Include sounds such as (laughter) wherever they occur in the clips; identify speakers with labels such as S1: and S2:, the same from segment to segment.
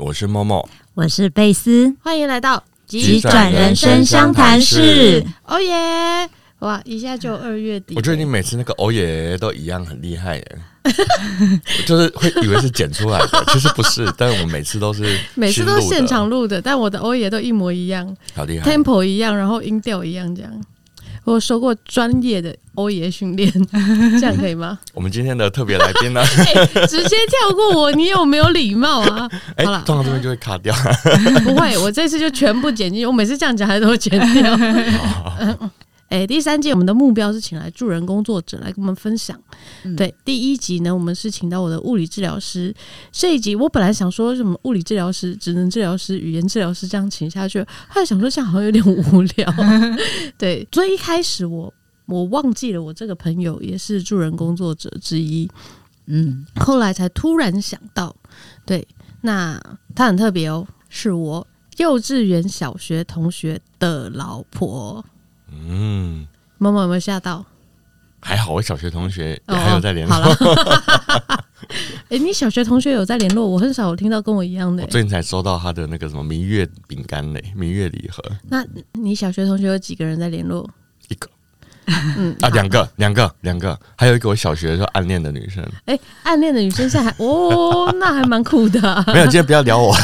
S1: 我是默默，
S2: 我是贝斯，
S3: 欢迎来到
S1: 急转人生商谈室。
S3: 哦耶！哇，一下就二月底，
S1: 我觉得你每次那个哦耶都一样很厉害耶， (laughs) 就是会以为是剪出来的，其实不是，但我每次都是
S3: 每次
S1: 去
S3: 都
S1: 录的
S3: 现场，录的，但我的欧耶都一模一样
S1: 好厉害。
S3: ，tempo 一样，然后音调一样，这样。我有受过专业的欧耶训
S1: (laughs)
S3: 练，这样可以吗？
S1: 我们今天的特别来宾呢，
S3: 哎直接跳过我，你有没有礼貌啊？
S1: 哎，
S3: 好啦
S1: 通常这边就会卡掉。
S3: (laughs) 不会，我这次就全部剪进去。我每次这样讲，还是都会剪掉。哎，第三季我们的目标是请来助人工作者来跟我们分享。
S2: 嗯
S3: 对，第一集呢，我们是请到我的物理治疗师。这一集我本来想说什么物理治疗师、职能治疗师、语言治疗师这样请下去，后来想说这样好像有点无聊。对，所以一开始我我忘记了我这个朋友也是助人工作者之一。
S2: 嗯，
S3: 后来才突然想到，对，那她很特别哦，是我幼稚园、小学同学的老婆。
S1: 嗯，
S3: 妈妈有没有吓到？哦
S1: 还好我小学同学也还有在联
S3: 好
S1: 络，
S3: 了。 (laughs) 哎、你小学同学有在联络？我很少有听到跟我一样的
S1: 我
S3: 欸、
S1: 最近才收到他的那个什么明月饼干嘞，明月礼盒
S3: 那你小学同学有几个人在联络？
S1: 一个 (laughs)
S3: 嗯，
S1: 啊，
S3: 好
S1: 两个，两个，两个，还有一个我小学的时候暗恋的女生。
S3: 哎、暗恋的女生现在还哦，那还蛮酷的啊、
S1: 没有，今天不要聊我，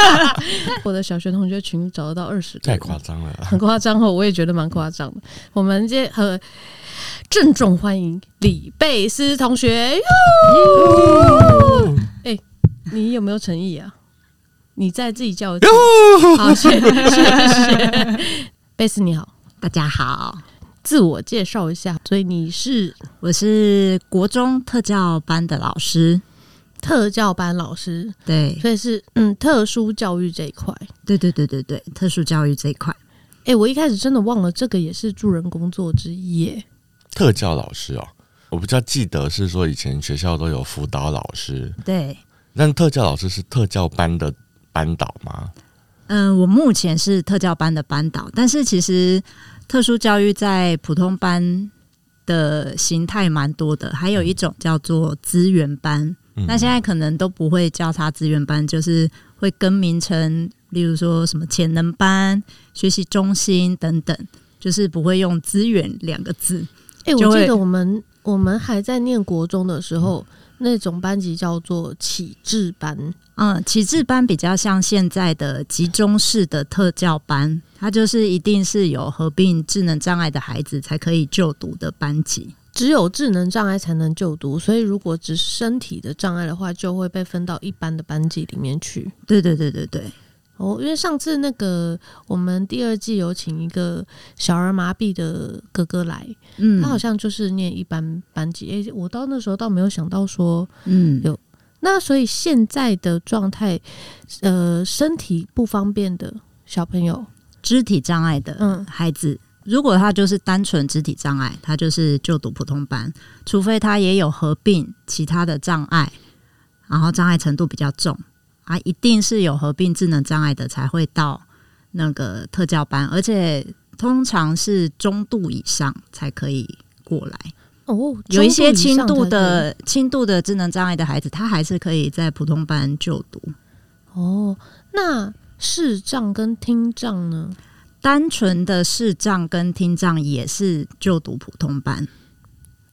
S1: (laughs)
S3: 我的小学同学群找得到二十个
S1: 太
S3: 人，
S1: 夸张了。
S3: 很夸张哦，我也觉得蛮夸张的。我们这和郑重欢迎李贝斯同学。哟哎、你有没有诚意啊？你再自己叫我。好，谢谢谢谢。贝斯你好，
S2: 大家好，
S3: 自我介绍一下。所以你是
S2: 我是国中特教班的老师，
S3: 特教班老师，
S2: 对，
S3: 所以是嗯特殊教育这一块。
S2: 对对对对对，特殊教育这一块，
S3: 哎、我一开始真的忘了，这个也是助人工作之一耶。
S1: 特教老师哦，我比较记得是说以前学校都有辅导老师，
S2: 对，
S1: 但特教老师是特教班的班导吗？
S2: 嗯、我目前是特教班的班导，但是其实特殊教育在普通班的形态蛮多的，还有一种叫做资源班，
S1: 嗯
S2: 那现在可能都不会叫它资源班，就是会更名成，例如说什么潜能班、学习中心等等，就是不会用资源两个字。
S3: 哎、
S2: 就
S3: 我
S2: 会
S3: 记得我们我们还在念国中的时候，那种班级叫做启智班。
S2: 嗯，启智班比较像现在的集中式的特教班，它就是一定是有合并智能障碍的孩子才可以就读的班级。
S3: 只有智能障碍才能就读，所以如果只是身体的障碍的话，就会被分到一般的班级里面去。
S2: 对对对对对，
S3: 哦，因为上次那个我们第二季有请一个小儿麻痹的哥哥来，
S2: 嗯，
S3: 他好像就是念一般班级。诶、我到那时候倒没有想到说，
S2: 嗯
S3: 有那所以现在的状态，呃，身体不方便的小朋友，
S2: 肢体障碍的
S3: 嗯，
S2: 孩子，如果他就是单纯肢体障碍，他就是就读普通班，除非他也有合并其他的障碍，然后障碍程度比较重啊，一定是有合并智能障碍的才会到那个特教班，而且通常是中度以上才可以过来。
S3: 哦，
S2: 有一
S3: 中
S2: 些
S3: 以
S2: 轻
S3: 上
S2: 度
S3: 才可以
S2: 的轻度的智能障碍的孩子，他还是可以在普通班就读。
S3: 哦，那视障跟听障呢？
S2: 单纯的视障跟听障也是就读普通班，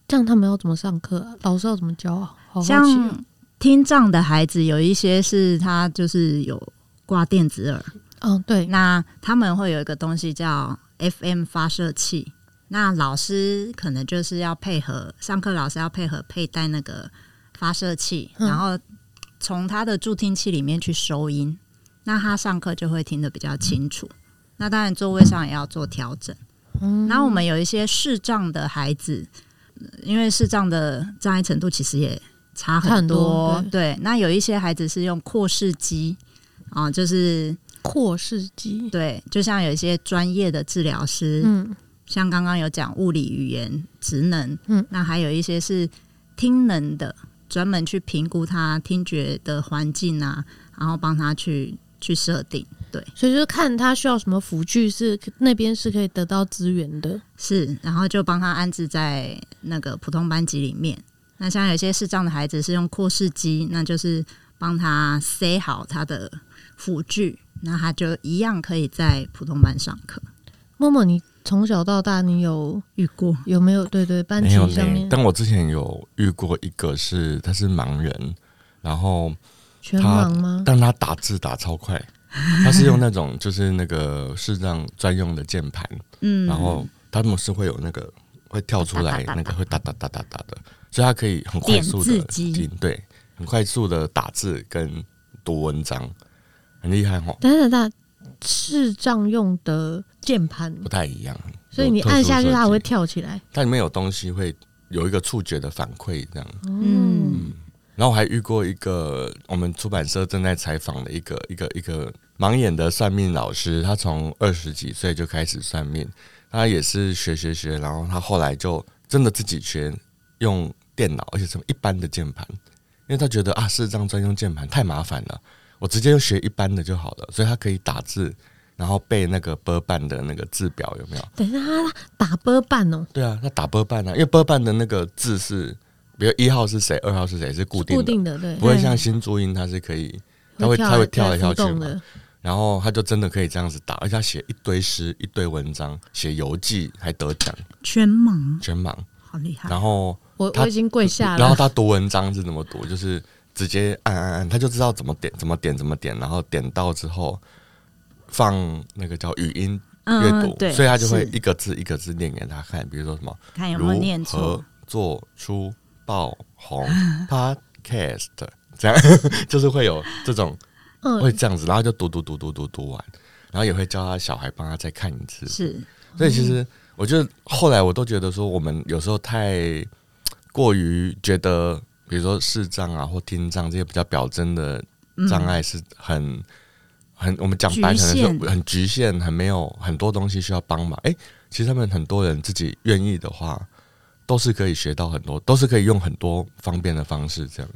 S3: 这样他们要怎么上课啊、老师要怎么教啊？好好奇哦
S2: 像听障的孩子有一些是他就是有挂电子耳，
S3: 哦，对，
S2: 那他们会有一个东西叫 FM 发射器，那老师可能就是要配合上课，老师要配合佩戴那个发射器，
S3: 嗯
S2: 然后从他的助听器里面去收音，那他上课就会听得比较清楚。那当然座位上也要做调整。
S3: 嗯
S2: 然后我们有一些视障的孩子，呃因为视障的障碍程度其实也差
S3: 差
S2: 很
S3: 很
S2: 多，
S3: 多
S2: 对。那有一些孩子是用扩视机啊、就是
S3: 扩视机，
S2: 对，就像有一些专业的治疗师，
S3: 嗯，
S2: 像刚刚有讲物理、语言、职能，
S3: 嗯
S2: 那还有一些是听能的，专门去评估他听觉的环境啊，然后帮他去去设定。
S3: 所以就是看他需要什么辅具是，那边是可以得到资源的。
S2: 是，然后就帮他安置在那个普通班级里面。那像有些视障的孩子是用扩视机，那就是帮他塞好他的辅具，那他就一样可以在普通班上课。
S3: 默默，你从小到大，你有
S2: 遇过
S3: 有没有对对班级
S1: 没有
S3: 上
S1: 呢
S3: 面，
S1: 但我之前有遇过一个是他是盲人，然后
S3: 全盲吗？
S1: 但他打字打超快， (laughs) 他是用那种就是那个视障专用的键盘，
S2: 嗯，
S1: 然后他们是会有那个会跳出来
S2: 哒哒哒哒
S1: 那个会哒哒哒哒哒的，所以他可以很快速的
S2: 点字机
S1: 进对，很快速的打字跟读文章，很厉害哦哈，
S3: 等等等，视障用的键盘，
S1: 不太一样。
S3: 所以你
S1: 有特殊
S3: 按下去它还会
S1: 设计，
S3: 跳起来。
S1: 它里面有东西会有一个触觉的反馈这样。
S3: 嗯，
S2: 嗯
S1: 然后我还遇过一个我们出版社正在采访的一个一个一个盲眼的算命老师，他从二十几岁就开始算命，他也是学学学，然后他后来就真的自己学用电脑，而且什么一般的键盘，因为他觉得啊视障专用键盘太麻烦了，我直接就学一般的就好了，所以他可以打字，然后背那个波半的那个字表有没有？
S3: 等一下它打波半哦，
S1: 对啊，他打波半啊，因为波半的那个字是，比如一号是谁，二号是谁是固定
S3: 固
S1: 的。
S3: 定的对
S1: 不，会像新注音，它是可以，它会它会跳来跳去
S3: 对浮动
S1: 嘛
S3: 的。
S1: 然后他就真的可以这样子打，而且他写一堆诗、一堆文章，写游记还得奖，
S2: 全盲，
S1: 全盲。
S2: 好厉害。
S1: 然后，
S3: 我
S1: 它
S3: 我已经跪下
S1: 然后
S3: 了，
S1: 他读文章是怎么读，就是直接按按按，他就知道怎么点、怎么点、怎么点，然后点到之后放那个叫语音阅
S3: 嗯
S1: 读，
S2: 嗯对，
S1: 所以他就会
S2: 是
S1: 一个字一个字念给他看，比如说什么
S2: 看有
S1: 如
S2: 没
S1: 何
S2: 有念错。
S1: 做出爆
S2: (laughs)
S1: 红 podcast，这样就是会有这种会
S3: 嗯，
S1: 这样子，然后就读读读读读读完，然后也会叫他小孩帮他再看一次。
S2: 是，
S1: 所以其实我觉得后来我都觉得说，我们有时候太过于觉得，比如说视障啊或听障这些比较表征的
S2: 嗯
S1: 障碍是很很，我们讲白可能
S2: 局限
S1: 是很局限，很没有很多东西需要帮忙。诶，其实他们很多人自己愿意的话，都是可以学到很多，都是可以用很多方便的方式这样。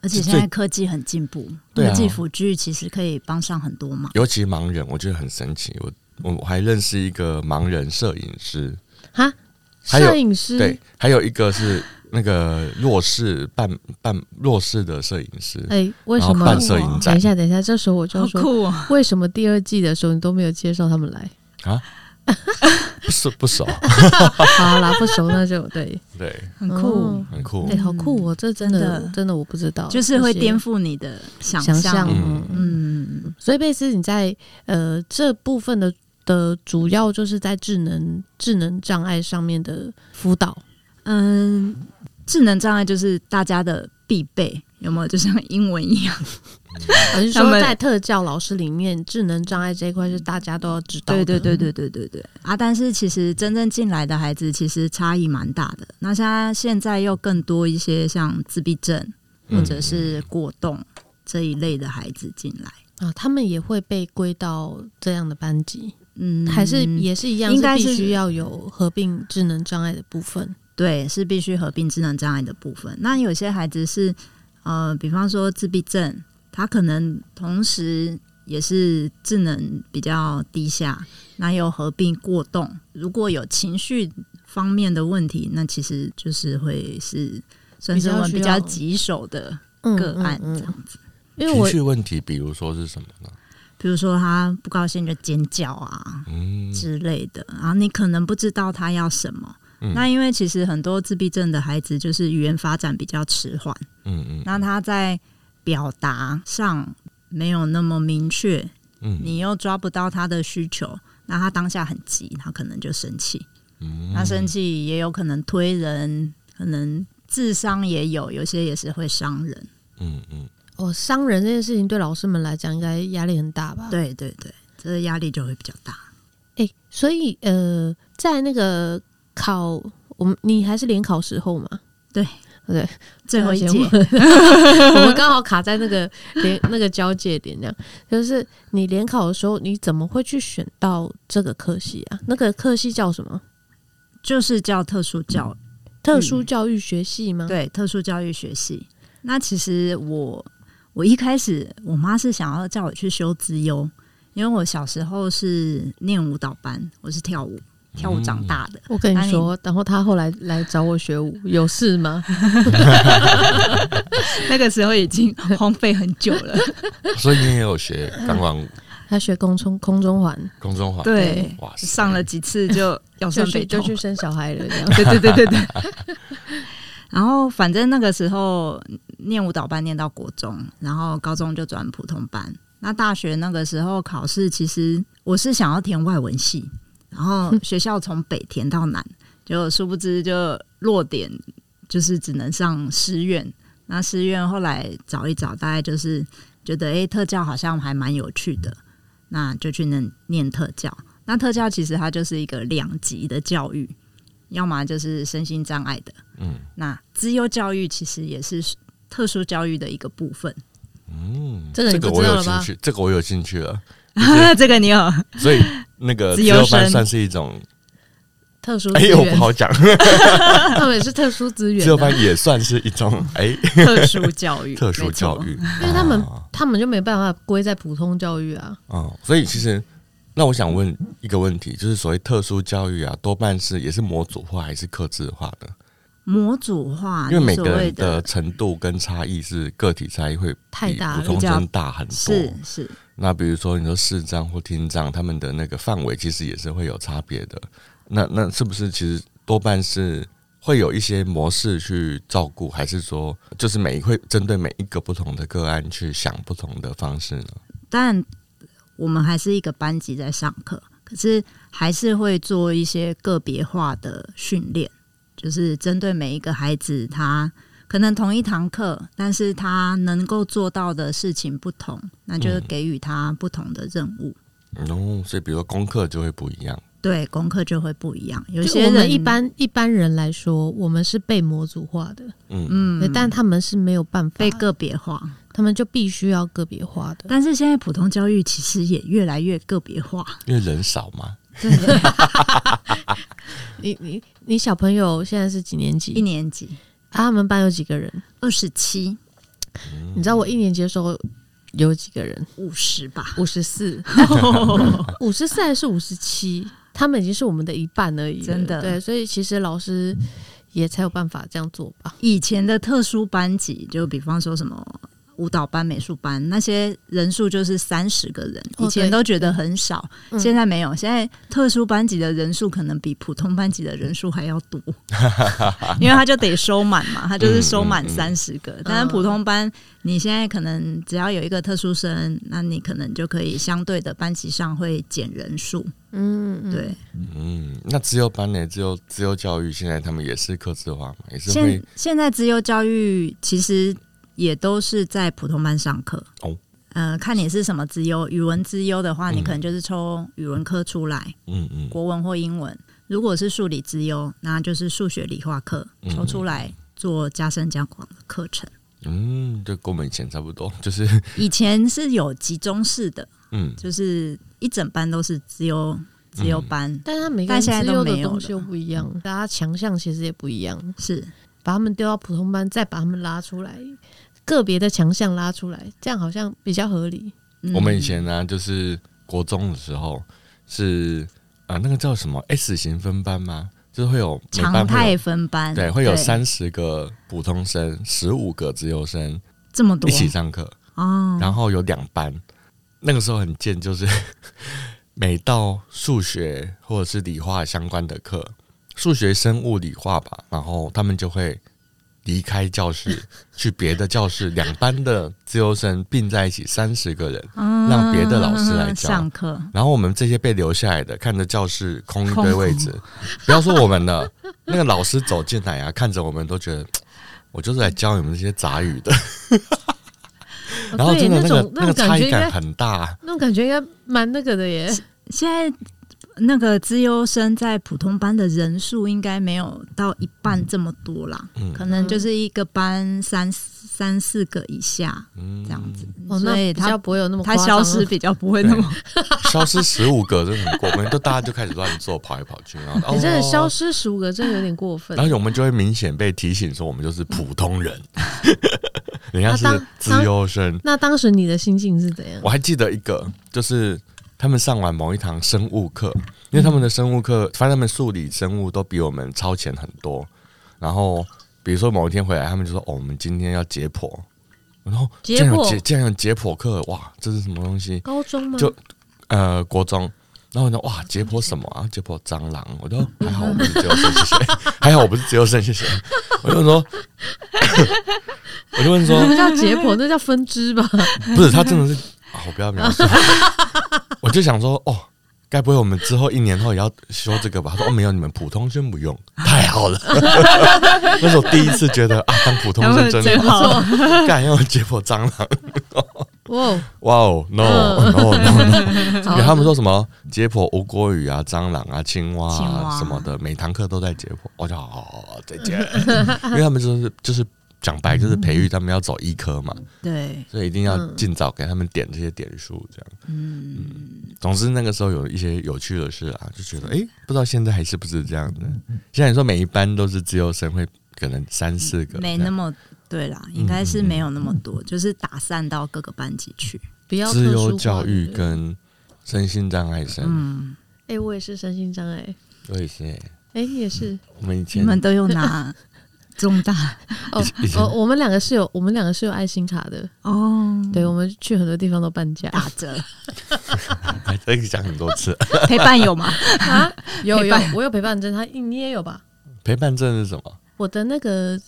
S2: 而且
S1: 最
S2: 现在科技很进步，
S1: 对啊
S2: 科技辅具其实可以帮上很多忙。
S1: 尤其盲人，我觉得很神奇。我我我还认识一个盲人摄影师，
S3: 哈，
S1: 还有
S3: 摄影师
S1: 对，还有一个是那个弱势半半弱势的摄影师，
S3: 哎，为
S1: 然
S3: 什
S1: 后
S3: 么？
S1: 办摄影
S3: 等
S1: 展
S3: 一下，等一下，这时候我就要说，
S2: 酷哦！
S3: 为什么第二季的时候你都没有介绍他们来？
S1: 啊，不是不熟，
S3: 好啦，不熟那就对，
S1: 对，
S2: 很酷，
S3: 哦
S1: 很酷
S3: 哎，。好
S1: 嗯
S3: 酷哦！这真
S2: 真
S3: 的
S2: 的
S3: 真的我不知道，
S2: 就是会
S3: 这些
S2: 颠覆你的想
S3: 想象。
S2: 象。
S1: 嗯
S3: 嗯，
S2: 嗯，
S3: 所以贝斯你在呃这部分的的主要就是在智能智能障碍上面的辅导。
S2: 嗯，智能障碍就是大家的必备，有没有？就像英文一样，
S3: 我是
S2: 他
S3: 说，
S2: 们
S3: 在特教老师里面，智能障碍这一块是大家都要知道的。
S2: 对对对对对对对啊！但是其实真正进来的孩子，其实差异蛮大的。那现在现在又更多一些像自闭症或者是过动这一类的孩子进来，
S3: 啊，他们也会被归到这样的班级，
S2: 嗯，
S3: 还是也是一样，
S2: 应该
S3: 是
S2: 是
S3: 必须要有合并智能障碍的部分。
S2: 对，是必须合并智能障碍的部分。那有些孩子是呃，比方说自闭症，他可能同时也是智能比较低下，那又合并过动，如果有情绪方面的问题，那其实就是会是算是我们
S3: 比
S2: 比
S3: 较需要
S2: 较棘手的
S3: 嗯
S2: 个案
S3: 嗯
S2: 这
S3: 嗯
S2: 样子。
S3: 因为
S1: 情
S3: 我
S1: 绪问题，比如说是什么呢？
S2: 比如说他不高兴就尖叫啊，
S1: 嗯，
S2: 之类的，然后你可能不知道他要什么。
S1: 嗯
S2: 那因为其实很多自闭症的孩子就是语言发展比较迟缓，
S1: 嗯嗯，
S2: 那他在表达上没有那么明确，
S1: 嗯
S2: 你又抓不到他的需求，那他当下很急，他可能就生气，
S1: 嗯
S2: 他生气也有可能推人，可能智商也有，有些也是会伤人。
S1: 嗯嗯，
S3: 哦，伤人这件事情对老师们来讲应该压力很大吧？
S2: 对对对，这个压力就会比较大。
S3: 哎、所以呃，在那个考，我们你还是联考时候嘛？
S2: 对
S3: 对，
S2: 最后一 (laughs)
S3: 节目
S2: 节，
S3: 我们刚好卡在那个联那个交界点，这样就是你联考的时候，你怎么会去选到这个科系啊？那个科系叫什么？
S2: 就是叫特殊教
S3: 特殊教育学系吗？，
S2: 对，特殊教育学系。那其实我我一开始我妈是想要叫我去修资优，因为我小时候是念舞蹈班，我是跳舞，
S1: 嗯
S2: 跳舞长大的。
S3: 我跟
S2: 那
S3: 你
S2: 你
S3: 说，然后他后来来找我学舞，有事吗？
S2: 嗯那个时候已经荒废很久了。
S1: 所以你也有学钢管舞、
S3: 他学空中空中环，
S1: 空中环，
S2: (laughs) 对，
S1: 哇塞
S2: 上了几次 (laughs) 就腰
S3: 就
S2: 酸
S3: 去
S2: 背
S3: 就
S2: 痛。
S3: 去生小孩了，这样
S2: 对对对对对。然后反正那个时候念舞蹈班念到国中，然后高中就转普通班。那大学那个时候考试，其实我是想要填外文系，然后学校从北填到南，结果殊不知就落点就是只能上师院。那师院后来找一找，大概就是觉得诶，特教好像还蛮有趣的，那就去念念特教。那特教其实它就是一个两级的教育，要么就是身心障碍的，
S1: 嗯
S2: 那资优教育其实也是特殊教育的一个部分。
S1: 嗯，
S3: 这个你
S1: 这
S3: 不
S1: 个我
S3: 知道
S1: 有
S3: 了
S1: 兴
S3: 吧
S1: 趣，这个我有兴趣了。
S2: (laughs) 这个你有
S1: 所以那个
S2: 自
S1: 自
S2: 由
S1: 由班
S2: 生
S1: 算是一种，
S3: 特殊
S1: 哎
S3: 资
S1: 呦，我不
S3: 源，
S1: 好讲，
S3: 他们也是特殊资源
S1: 自由
S3: 啊、
S1: 班也算是一种哎
S2: 特殊教育，
S1: (laughs) 特殊教
S2: (laughs) 没错。
S1: 育，
S3: 因为他们
S1: 啊
S3: 他们就没办法归在普通教育啊。
S1: 哦，所以其实，那我想问一个问题，就是所谓特殊教育啊，多半是也是模组化还是克制化的？
S2: 模组化，
S1: 因为
S2: 啊你
S1: 每
S2: 所
S1: 个
S2: 谓
S1: 人的程度跟差异是个体差异会
S3: 太
S1: 比
S3: 大
S1: 普
S3: 了，
S1: 通
S2: 比较
S1: 生大很
S2: 是
S1: 多。
S2: 是
S1: 那比如说你说视障或听障，他们的那个范围其实也是会有差别的。那那是不是其实多半是会有一些模式去照顾，还是说就是每一会针对每一个不同的个案去想不同的方式呢？
S2: 但我们还是一个班级在上课，可是还是会做一些个别化的训练，就是针对每一个孩子他。可能同一堂课，但是他能够做到的事情不同，那就是
S1: 嗯
S2: 给予他不同的任务，
S1: 然后嗯所以比如说功课就会不一样。
S2: 对功课就会不一样。有
S3: 就
S2: 些
S3: 我们
S2: 人
S3: 一般一般人来说，我们是被模组化的，
S1: 嗯
S2: 嗯
S3: 对，但他们是没有办法
S2: 被，个别化。
S3: 他们就必须要个别化的。
S2: 但是现在普通教育其实也越来越个别化，
S1: 因为人少嘛，
S3: 你你你小朋友现在是几年级？
S2: 一年级
S3: 啊，他们班有几个人？
S2: 二十七
S3: 你知道我一年级的时候有几个人？
S2: 五十吧，
S3: 五十
S2: (laughs)
S3: 四，五十四还是五十七？他们已经是我们的一半而已了，
S2: 真的
S3: 对，所以其实老师也才有办法这样做吧。
S2: 以前的特殊班级，就比方说什么舞蹈班、美术班那些人数就是三十个人，
S3: 哦
S2: 以前都觉得很少，
S3: 嗯
S2: 现在没有，现在特殊班级的人数可能比普通班级的人数还要
S1: (laughs)
S2: 多，因为他就得收满嘛，他就是收满
S1: 嗯嗯嗯
S2: 三十个。但是普通班，你现在可能只要有一个特殊生，那你可能就可以相对的班级上会减人数，
S3: 嗯，嗯
S2: 对。
S1: 嗯，那自由班呢？自由自由教育现在他们也是克制化嘛，也是会
S2: 现现在资优教育其实也都是在普通班上课
S1: 哦。
S2: 呃，看你是什么资优，语文资优的话，
S1: 嗯
S2: 你可能就是抽语文科出来，
S1: 嗯嗯
S2: 国文或英文；如果是数理资优，那就是数学理化课
S1: 嗯
S2: 抽出来做加深加广的课程。
S1: 嗯，就跟我们以前差不多， (laughs) 就是
S2: 以前是有集中式的，
S1: 嗯
S2: 就是一整班都是资优资优班，
S3: 但是他每个
S2: 但
S3: 人
S2: 现在
S3: 自由
S2: 都没
S3: 的
S2: 有
S3: 东西又不一样，大家强项其实也不一样。
S2: 是
S3: 把他们丢到普通班，再把他们拉出来，个别的强项拉出来，这样好像比较合理。
S2: 嗯
S1: 我们以前呢、就是国中的时候是啊、那个叫什么 S 型分班吗？就是会有每
S2: 常
S1: 班会
S2: 态
S1: 有
S2: 分班，
S1: 对会有三十个普通生，十五个自由生
S2: 这么多
S1: 一起上课，
S2: 哦，
S1: 然后有两班。那个时候很贱，就是 (laughs) 每到数学或者是理化相关的课，数学、生物、理化吧，然后他们就会离开教 (laughs) 室，去别的教室，两班的自由生并在一起，三十个人。
S2: 嗯
S1: 让别的老师来教
S2: (laughs) 上课，
S1: 然后我们这些被留下来的，看着教室空一堆位置，不要说我们了，那个老师走进来啊，看着我们都觉得，我就是来教你们这些杂语的。然
S3: 哦
S1: 后
S3: 对
S1: 真的
S3: 那
S1: 那个、
S3: 种
S1: 那个
S3: 种
S1: 差
S3: 感觉
S1: 异
S3: 应该
S1: 感，很大。啊
S3: 那种感觉应该蛮那个的耶。
S2: 现在那个资优生在普通班的人数应该没有到一半这么多啦，
S1: 嗯
S2: 可能就是一个班三三四个以下
S1: 嗯
S2: 这样子，
S3: 哦，
S2: 所
S3: 那
S2: 以
S3: 比较
S2: 他
S3: 不会有那么
S2: 他
S3: 夸张
S2: 消
S3: 啊
S2: 失。比较不会那么
S1: 嗯
S3: (laughs)
S1: 消失十五个真的很过分，就大家就开始乱做，跑来跑去，然后
S3: 你真的消
S1: 失，
S3: 失十五个，真的有点过
S2: (laughs)
S3: 分。
S1: 然后我们就会明显被提醒说我们就是普通人， (laughs) 人家
S3: 啊那当
S1: 是资优生。
S3: 那当时你的心境是怎样？
S1: 我还记得一个，就是他们上完某一堂生物课，因为他们的生物课，反正他们数理、生物都比我们超前很多。然后比如说某一天回来，他们就说：“哦，我们今天要解剖。”然后
S3: 解
S1: 竟然有
S3: 剖
S1: 解竟然有解剖课，哇，这是什么东西？
S3: 高中吗？
S1: 就呃，国中。然后我就哇，解剖什么啊？解剖蟑螂。我就还好，我不是只有生谢谢， (laughs) 还好我不是只有生谢谢。我就说， (laughs) 我就问说，
S3: 不叫解剖， (laughs) 那叫分支吧？
S1: 不是，他真的是啊，我不要描述。 (laughs) 我就想说，哦，该不会我们之后一年后也要修这个吧？他说，哦，没有，你们普通生不用，太好了。 (laughs) 那是我第一次觉得啊，当普通生真好，
S2: 好，
S1: 干要解剖蟑
S3: (laughs)
S1: 螂。
S3: 哇哦，
S1: 哇哦，no (laughs)
S3: 嗯
S1: no no no！
S2: (laughs)
S3: 好
S1: 因为他们说什么解剖乌龟鱼啊、蟑螂啊、青蛙
S2: 青
S1: 啊
S2: 蛙
S1: 什么的，每堂课都在解剖。我就好好好好再
S2: (laughs)
S1: 见，因为他们就是就是讲白就是培育他们要走医科
S2: 嗯
S1: 嘛，
S2: (laughs) 对，
S1: 所以一定要
S3: 嗯
S1: 尽早给他们点这些点数，这样。
S2: 嗯，
S1: 总之那个时候有一些有趣的事啊，就觉得诶，不知道现在还是不是这样的。现在你说每一班都是自由生，会可能三四个这样，
S2: 嗯没那么对
S1: 嗯
S2: 啦，应该是没有那么多，就是打散到各个班级去。
S3: 不要
S1: 自
S3: 特殊
S1: 由
S3: 化
S1: 教
S3: 对
S1: 育
S3: 不对
S1: 跟身心障碍生，
S2: 嗯，
S3: 哎，我也是身心障碍，
S1: 对是。
S3: 哎，你也是
S1: 我们以
S2: 你
S1: 前
S2: 们都有拿
S1: (laughs)
S2: 重大
S3: 哦
S1: 以前
S3: 哦，我们两个是有我们两个是有爱心卡的，
S2: 哦，
S3: 对，
S1: 嗯
S3: 我们去很多地方都半
S1: 啊
S3: 价，
S2: 打折
S1: 哎这个讲很多次，
S3: (laughs)
S2: 陪伴有吗？
S3: 啊，有
S2: 陪
S3: 有
S2: 伴，
S3: 我有陪伴证，他你也有吧？
S1: 陪伴证是什么？
S3: 我的那个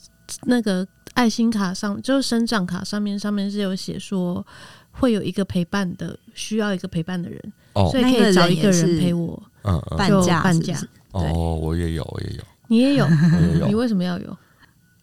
S3: 那个爱心卡上，就是生长卡上面，上面是有写说会有一个陪伴的，需要一个陪伴的人，
S1: 哦
S3: 所以可以找一个人陪我。
S1: 嗯嗯，
S2: 半
S3: 就
S2: 价
S3: 半
S2: 是不
S3: 价
S2: 是对
S1: 哦，我也有，我也有，
S3: 你也有，
S1: (laughs) 我也有
S3: 你。为什么要有？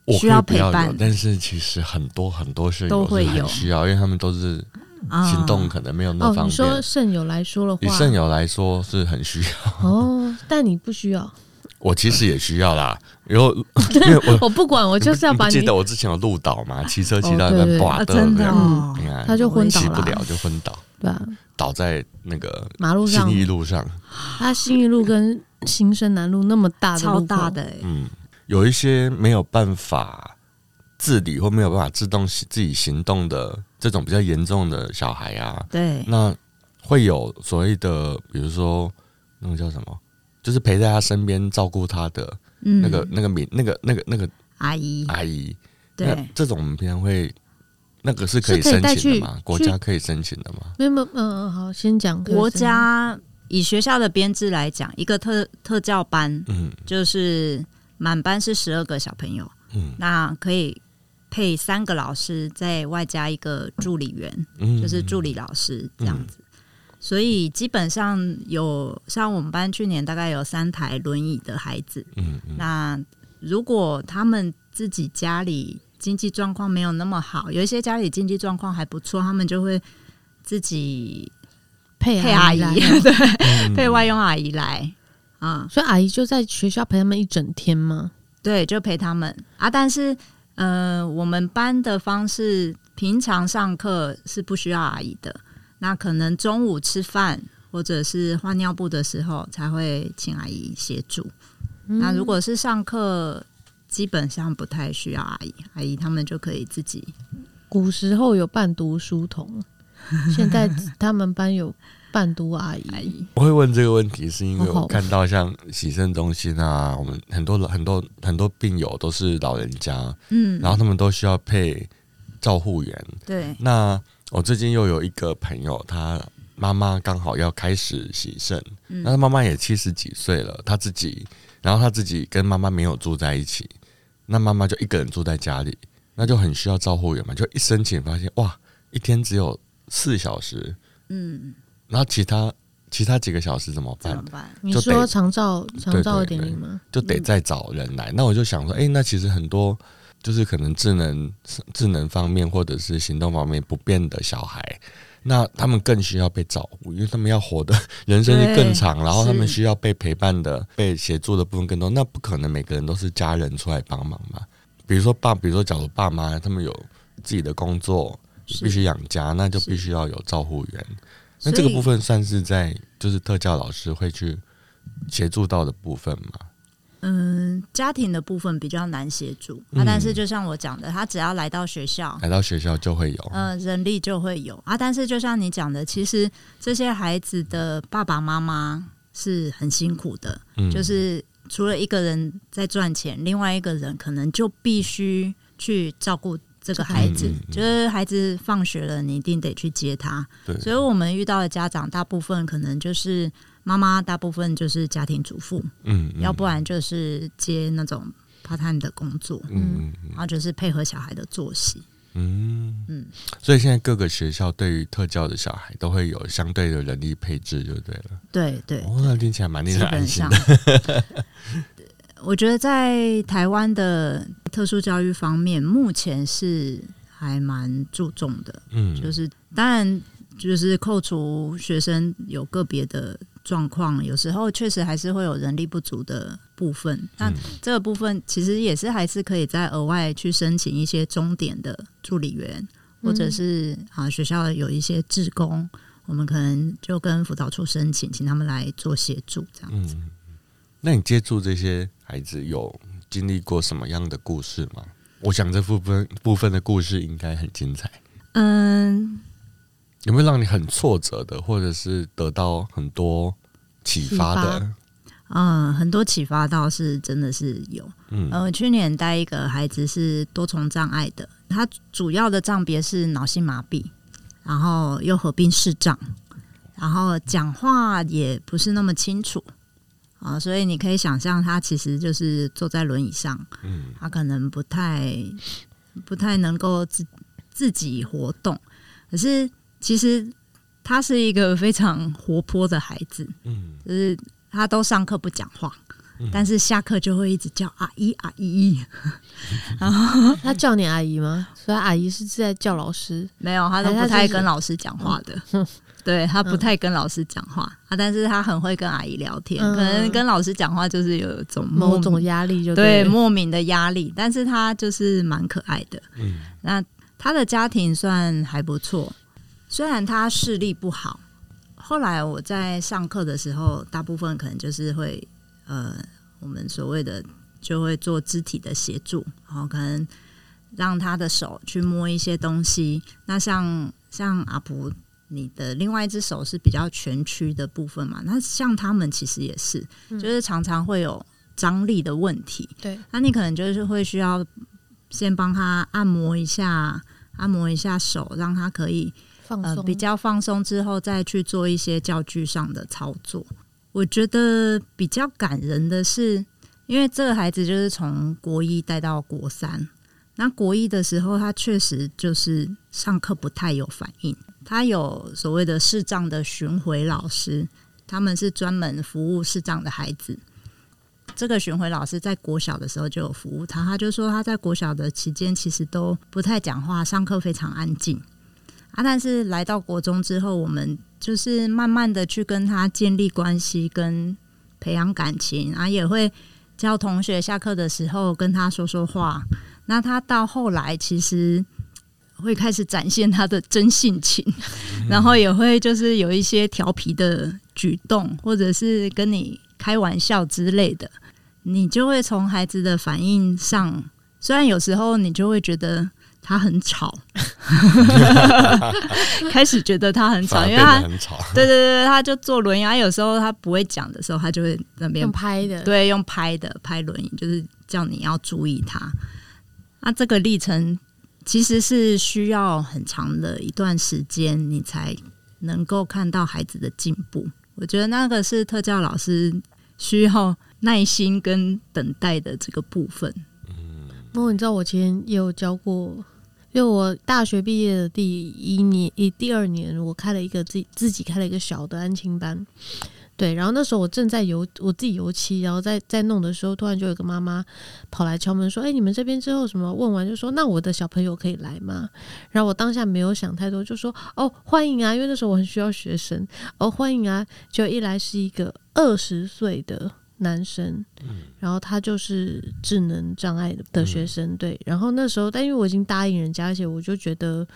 S1: 我可以
S2: 需要
S1: 不有
S2: 陪伴
S1: 但是其实很多很多是
S2: 都会
S1: 是很
S2: 有
S1: 需要，因为他们都是
S2: 啊
S1: 行动可能没有那么
S3: 哦，
S1: 方
S3: 你说
S1: 便。
S3: 肾友来说的
S1: 以
S3: 话，
S1: 肾友来说是很需要， (laughs)
S3: 哦，但你不需要，
S1: 我其实也需要啦。然后因为我
S3: 我不管，我 (laughs) 就是要
S1: 你
S3: 把
S1: 不
S3: 你
S1: 记。得我之前有路倒嘛，骑车骑
S3: 哦
S1: 到一
S3: 对
S1: 半
S3: 对
S1: 挂
S2: 啊，
S1: 的
S2: 真
S1: 这
S2: 的
S1: 样，
S2: 哦，
S1: 你看
S3: 他就昏倒
S1: 骑
S3: 了
S1: 不了就昏倒，
S3: 对吧？
S1: 倒在那个
S3: 马路
S1: 信
S3: 上，
S1: 义路上。
S3: 它新一路跟新生南路那么大的
S2: 超
S3: 路口
S2: 大，的欸
S1: 嗯，有一些没有办法自理或没有办法自动自己行动的这种比较严重的小孩啊，
S2: 对，
S1: 那会有所谓的，比如说那个叫什么，就是陪在他身边照顾他的
S2: 嗯
S1: 那个、那个民那个那个那个
S2: 阿姨，
S1: 阿姨，那
S2: 对，
S1: 这种我们平常会。那个是可
S3: 是
S1: 以
S3: 可以
S1: 申
S3: 带
S1: 请的
S3: 去
S1: 吗？国
S3: 去
S1: 家可以申请的吗？
S3: 没有没有，嗯、嗯好，先讲
S2: 国，家以学校的编制来讲，一个特特教班
S1: 嗯
S2: 就是满班是十二个小朋友，
S1: 嗯
S2: 那可以配三个老师，再外加一个助理员，
S1: 嗯，
S2: 就是助理老师这样子。所以基本上有像我们班去年大概有三台轮椅的孩子，
S1: 嗯嗯
S2: 那如果他们自己家里经济状况没有那么好，有一些家里经济状况还不错，他们就会自己
S3: 配
S2: 配阿姨，
S3: 来
S1: 嗯
S2: 对，配外佣阿姨来，
S3: (laughs)
S2: 嗯，
S3: 所以阿姨就在学校陪他们一整天吗？
S2: 对，就陪他们啊。但是，呃，我们班的方式，平常上课是不需要阿姨的，那可能中午吃饭或者是换尿布的时候才会请阿姨协助。
S3: 嗯
S2: 那如果是上课，基本上不太需要阿姨，阿姨他们就可以自己。
S3: 古时候有伴读书
S2: (laughs)
S3: 童，现在他们班有伴读阿
S2: 阿
S3: 姨，
S2: 姨，
S1: 我会问这个问题，是因
S3: 好
S1: 为我
S3: 好
S1: 看到像洗肾中心啊，我们很多老很多很多病友都是老人家，
S2: 嗯，
S1: 然后他们都需要配照护员。
S2: 对，
S1: 那我最近又有一个朋友，他妈妈刚好要开始洗肾，
S2: 嗯
S1: 那他妈妈也七十几岁了，他自己，然后他自己跟妈妈没有住在一起，那妈妈就一个人住在家里，那就很需要照护员嘛，就一申请发现哇，一天只有四小时，
S2: 嗯，
S1: 然后其他其他几个小时怎么
S2: 怎
S1: 办
S2: 么？办？
S3: 你
S1: 就
S3: 说
S1: 得
S3: 长照长照二
S1: 对
S3: 点
S1: 对
S3: 零吗？
S1: 就得再找人来。那我就想说，诶，那其实很多就是可能智能智能方面或者是行动方面不便的小孩，那他们更需要被照顾，因为他们要活的 (laughs) 人生是更长，然后他们
S2: 是
S1: 需要被陪伴的、被协助的部分更多。那不可能每个人都是家人出来帮忙嘛。比如说爸，比如说假如爸妈他们有自己的工作，
S2: 是
S1: 必须养家，那就是必须要有照护员。那
S2: 所
S1: 这
S2: 以
S1: 个部分算是在就是特教老师会去协助到的部分嘛？
S2: 嗯，家庭的部分比较难协助，啊，但是就像我讲的，他只要来到学校，
S1: 来到学校就会有，
S2: 嗯、人力就会有啊。但是就像你讲的，其实这些孩子的爸爸妈妈是很辛苦的，
S1: 嗯
S2: 就是除了一个人在赚钱，另外一个人可能就必须去照顾这个孩子，
S1: 嗯嗯嗯
S2: 就是孩子放学了，你一定得去接他。
S1: 对
S2: 所以我们遇到的家长，大部分可能就是妈妈，大部分就是家庭主妇，
S1: 嗯，嗯
S2: 要不然就是接那种 part time 的工作，
S1: 嗯嗯
S2: 然后就是配合小孩的作息。
S1: 嗯嗯
S2: 嗯，
S1: 所以现在各个学校对于特教的小孩都会有相对的人力配置，就对了。
S2: 对对，
S1: 哦，那听起来蛮令
S2: 基
S1: 人
S2: 本
S1: 安心
S2: 上
S1: 的。， (laughs)
S2: 我觉得在台湾的特殊教育方面，目前是还蛮注重的，
S1: 嗯，
S2: 就是当然就是扣除学生有个别的状况，有时候确实还是会有人力不足的部分。那这个部分其实也是还是可以再额外去申请一些钟点的助理员，或者是啊学校有一些志工，我们可能就跟辅导处申请，请他们来做协助这样。
S1: 嗯，那你接触这些孩子有经历过什么样的故事吗？我想这部分部分的故事应该很精彩。
S2: 嗯，
S1: 有没有让你很挫折的，或者是得到很多启发的？
S3: 启
S2: 嗯，很多启发倒是真的是有。
S1: 嗯
S2: 呃，我去年带一个孩子是多重障碍的，他主要的障别是脑性麻痹，然后又合并视障，然后讲话也不是那么清楚啊、所以你可以想象他其实就是坐在轮椅上，
S1: 嗯
S2: 他可能不太不太能够自自己活动，可是其实他是一个非常活泼的孩子，
S1: 嗯
S2: 就是他都上课不讲话
S1: 嗯，
S2: 但是下课就会一直叫阿姨阿姨。
S3: 他叫你阿姨吗？
S2: 嗯
S3: 所以阿姨是在叫老师。
S2: 没有，哎他都嗯不太跟老师讲话的。对他不太跟老师讲话、啊，但是他很会跟阿姨聊天，
S3: 嗯
S2: 可能跟老师讲话就是有一种莫
S3: 某种压力就
S2: 对
S3: 了
S2: 莫名的压力，但是他就是蛮可爱的。
S1: 嗯
S2: 那他的家庭算还不错，虽然他视力不好。后来我在上课的时候，大部分可能就是会呃，我们所谓的就会做肢体的协助，然后可能让他的手去摸一些东西。那像像阿普，你的另外一只手是比较蜷曲的部分嘛？那像他们其实也是，就是常常会有张力的问题。
S3: 对，
S2: 那你可能就是会需要先帮他按摩一下，按摩一下手，让他可以
S3: 放
S2: 呃
S3: 松
S2: 比较放松之后，再去做一些教具上的操作。我觉得比较感人的是，因为这个孩子就是从国一带到国三，那国一的时候，他确实就是上课不太有反应，他有所谓的视障的巡回老师，他们是专门服务视障的孩子。这个巡回老师在国小的时候就有服务他，他就说他在国小的期间其实都不太讲话，上课非常安静。啊，但是来到国中之后，我们就是慢慢的去跟他建立关系，跟培养感情，啊，也会教同学下课的时候跟他说说话。那他到后来其实会开始展现他的真性情， (laughs) 然后也会就是有一些调皮的举动，或者是跟你开玩笑之类的，你就会从孩子的反应上，虽然有时候你就会觉得他很吵， (laughs) 开始觉得他很
S1: 反
S2: 吵，
S1: 而
S2: 因为
S1: 变得
S2: 他
S1: 很
S2: (laughs)
S1: 吵。
S2: 对对对，他就坐轮椅，他有时候他不会讲的时候，他就会那边
S3: 用拍的，
S2: 对，用拍的拍轮椅，就是叫你要注意它。那这个历程其实是需要很长的一段时间，你才能够看到孩子的进步。我觉得那个是特教老师需要耐心跟等待的这个部分。
S3: 不过你知道，我前也有教过，因为我大学毕业的第一年、一第二年，我开了一个自己自己开了一个小的安亲班。对，然后那时候我正在油我自己油漆，然后在在弄的时候，突然就有一个妈妈跑来敲门说：“哎、你们这边之后什么？”问完就说：“那我的小朋友可以来吗？”然后我当下没有想太多，就说：“哦，欢迎啊！”因为那时候我很需要学生，哦，欢迎啊！就一来是一个二十岁的男生，
S1: 嗯
S3: 然后他就是智能障碍的的学生，对。然后那时候，但因为我已经答应人家，而且我就觉得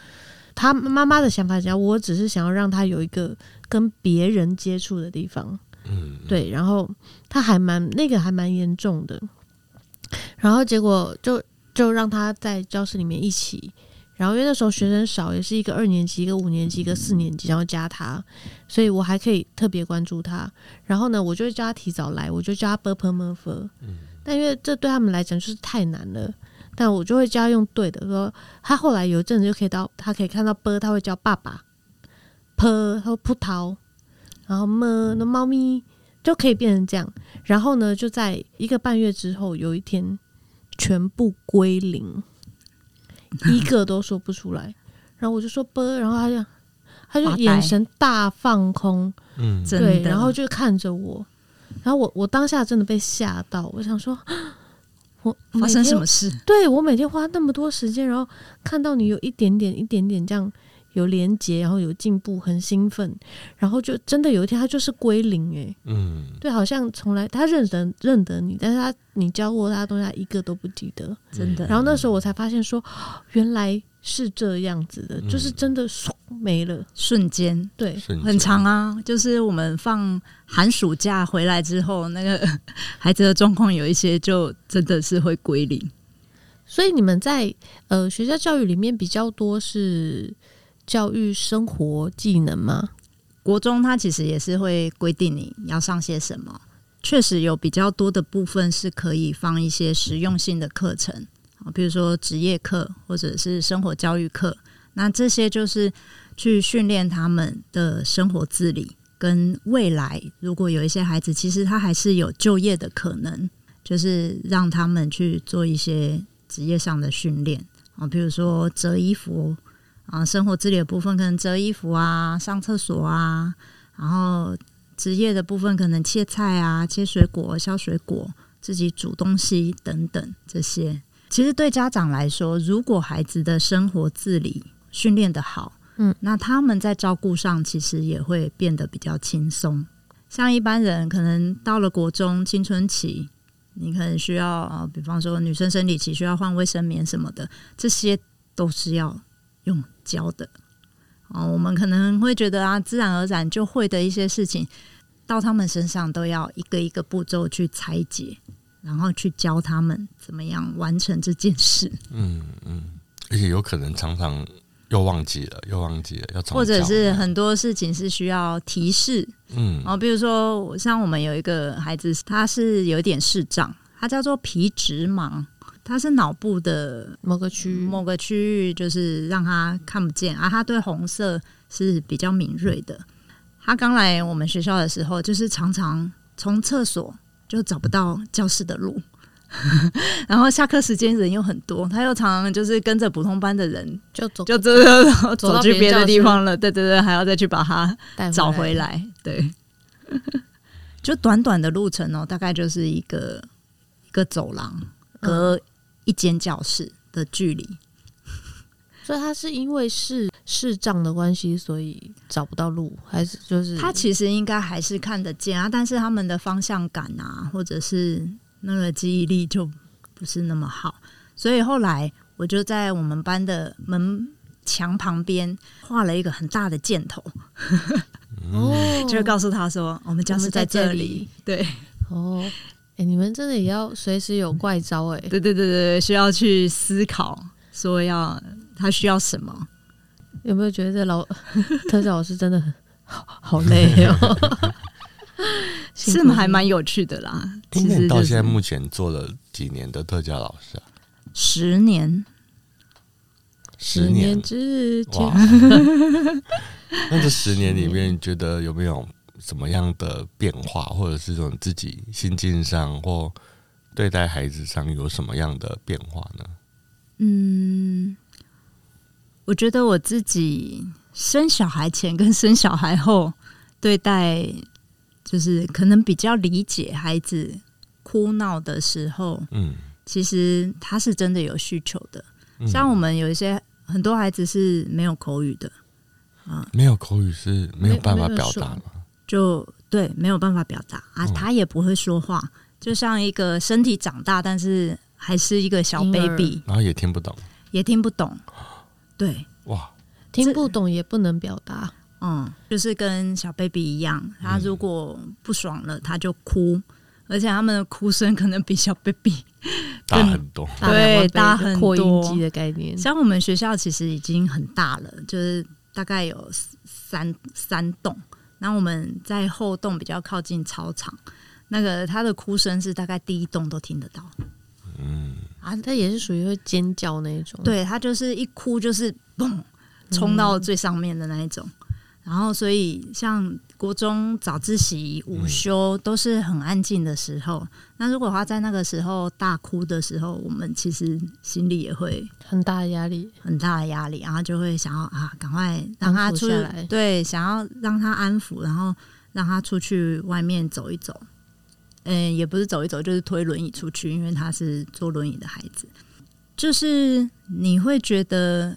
S3: 他妈妈的想法讲，我只是想要让他有一个跟别人接触的地方，
S1: 嗯，
S3: 对，然后他还蛮那个还蛮严重的，然后结果就就让他在教室里面一起，然后因为那时候学生少，也是一个二年级、一个五年级、一个四年级，然后加他，所以我还可以特别关注他。然后呢，我就会叫他提早来，我就叫他 b u r p e m u r p e 但因为这对他们来讲就是太难了。但我就会教他用对的，说他后来有一阵子就可以到，他可以看到 b，他会叫爸爸，p，他说葡萄，然后么那猫咪，就可以变成这样。然后呢，就在一个半月之后，有一天全部归
S2: (laughs)
S3: 零，一个都说不出来。然后我就说啵，然后他就他就
S2: 发呆
S3: 眼神大放空，
S1: 嗯，
S2: 真
S3: 对，
S2: 的。
S3: 然后就看着我，然后我我当下真的被吓到，我想说，我
S2: 发生
S3: 每天
S2: 什么事？
S3: 对我每天花那么多时间，然后看到你有一点点、一点点这样有连接，然后有进步，很兴奋，然后就真的有一天他就是归零诶、
S1: 嗯，
S3: 对，好像从来他认得认得你，但是他你教过他的东西，他一个都不记得。
S2: 嗯真的
S3: 然后那时候我才发现说，哦原来是这样子
S2: 嗯
S3: 的，就是真的唰没了。
S2: 瞬间
S3: 对，
S1: 瞬间
S2: 很长啊，就是我们放寒暑假回来之后，那个 (laughs) 孩子的状况有一些就真的是会归零。
S3: 所以你们在呃学校教育里面比较多是教育生活技能吗？
S2: 国中它其实也是会规定你要上些什么，确实有比较多的部分是可以放一些实用性的课程啊，比如说职业课或者是生活教育课，那这些就是去训练他们的生活自理，跟未来如果有一些孩子其实他还是有就业的可能，就是让他们去做一些职业上的训练啊，比如说折衣服啊，生活自理的部分可能折衣服啊、上厕所啊，然后职业的部分可能切菜啊、切水果、削水果、自己煮东西等等这些。其实对家长来说，如果孩子的生活自理训练的好，
S3: 嗯，
S2: 那他们在照顾上其实也会变得比较轻松。像一般人可能到了国中青春期，你可能需要，呃比方说女生生理期需要换卫生棉什么的，这些都是要用教的。哦，我们可能会觉得啊，自然而然就会的一些事情，到他们身上都要一个一个步骤去拆解，然后去教他们怎么样完成这件事，
S1: 而且有可能常常又忘记了，又忘记了，要重
S2: 或者
S1: 找
S2: 是很多事情是需要提示
S1: 嗯
S2: 哦，比如说像我们有一个孩子，他是有点视障，他叫做皮质盲，他是脑部的
S3: 某个区域
S2: 某个区域，就是让他看不见啊。他对红色是比较敏锐的。他刚来我们学校的时候，就是常常从厕所就找不到教室的路，然后下课时间人又很多，他又常常就是跟着普通班的人，
S3: 就走
S2: 就走走走
S3: 走到
S2: 走去
S3: 别
S2: 别
S3: 的
S2: 的
S3: 教
S2: 地
S3: 室
S2: 方了。对对对，还要再去把他
S3: 带
S2: 找回。来。对，就短短的路程哦，大概就是一个一个走廊隔一间教室的距离。
S3: 所以他是因为视视障的关系，所以找不到路，还是就是
S2: 他其实应该还是看得见啊，但是他们的方向感啊，或者是那个记忆力就不是那么好，所以后来我就在我们班的门墙旁边画了一个很大的箭头，
S1: 嗯
S3: 哦，
S2: 就是告诉他说我们教室在这里，对
S3: 哦，哎、你们真的也要随时有怪招哎、
S2: 对对对对，需要去思考说要他需要什么，
S3: 有没有觉得这
S2: (laughs)
S3: 老特教老师真的很好好累哦？辛
S2: 是
S3: 苦
S2: 还
S3: 你
S2: 蛮有趣的啦。
S1: 诶
S2: 其
S1: 那
S2: 实
S1: 你到
S2: 就
S1: 现在
S2: 是
S1: 目前做了几年的特教老师啊？
S2: 十年，
S1: 十
S3: 年
S1: 年
S3: 之前
S2: (laughs)
S1: 哇！那这十年里
S2: 嗯
S1: 面，你觉得有没有什么样的变化，或者是说你自己心境上或对待孩子上有什么样的变化呢？
S2: 嗯，我觉得我自己生小孩前跟生小孩后对待，就是可能比较理解孩子哭闹的时候，
S1: 嗯，
S2: 其实他是真的有需求的。
S1: 嗯
S2: 像我们有一些很多孩子是没有口语的，
S1: 没有口语是没有办
S3: 没
S1: 法
S3: 有没有
S1: 表
S3: 说
S1: 达嘛？
S2: 就对没有办法表达啊，
S1: 嗯
S2: 他也不会说话，就像一个身体长大，但是还是一个小
S3: 婴儿
S2: baby，
S1: 然后也听不懂，
S2: 也听不懂。对，
S1: 哇！
S3: 听不懂也不能表达，
S2: 嗯，就是跟小 baby 一样，他如果不爽了，他就哭，而且他们的哭声可能比小 baby
S1: 大很多。
S2: 对大
S3: 很
S2: 很
S3: 扩
S2: 多
S3: 音机的概念，
S2: 像我们学校其实已经很大了，就是大概有三三栋，那我们在后栋比较靠近操场，那个他的哭声是大概第一栋都听得到，
S3: 啊，它也是属于会尖叫那一种。，
S2: 对他就是一哭就是嘣冲到最上面的那一种，然后所以像国中早自习、午休都是很安静的时候，那如果他在那个时候大哭的时候，我们其实心里也会
S3: 很大的压力。
S2: 很大的压力，然后就会想要啊，赶快让他
S3: 安抚
S2: 出
S3: 下来
S2: 对，想要让他安抚，然后让他出去外面走一走。嗯，也不是走一走，就是推轮椅出去，因为他是坐轮椅的孩子。就是你会觉得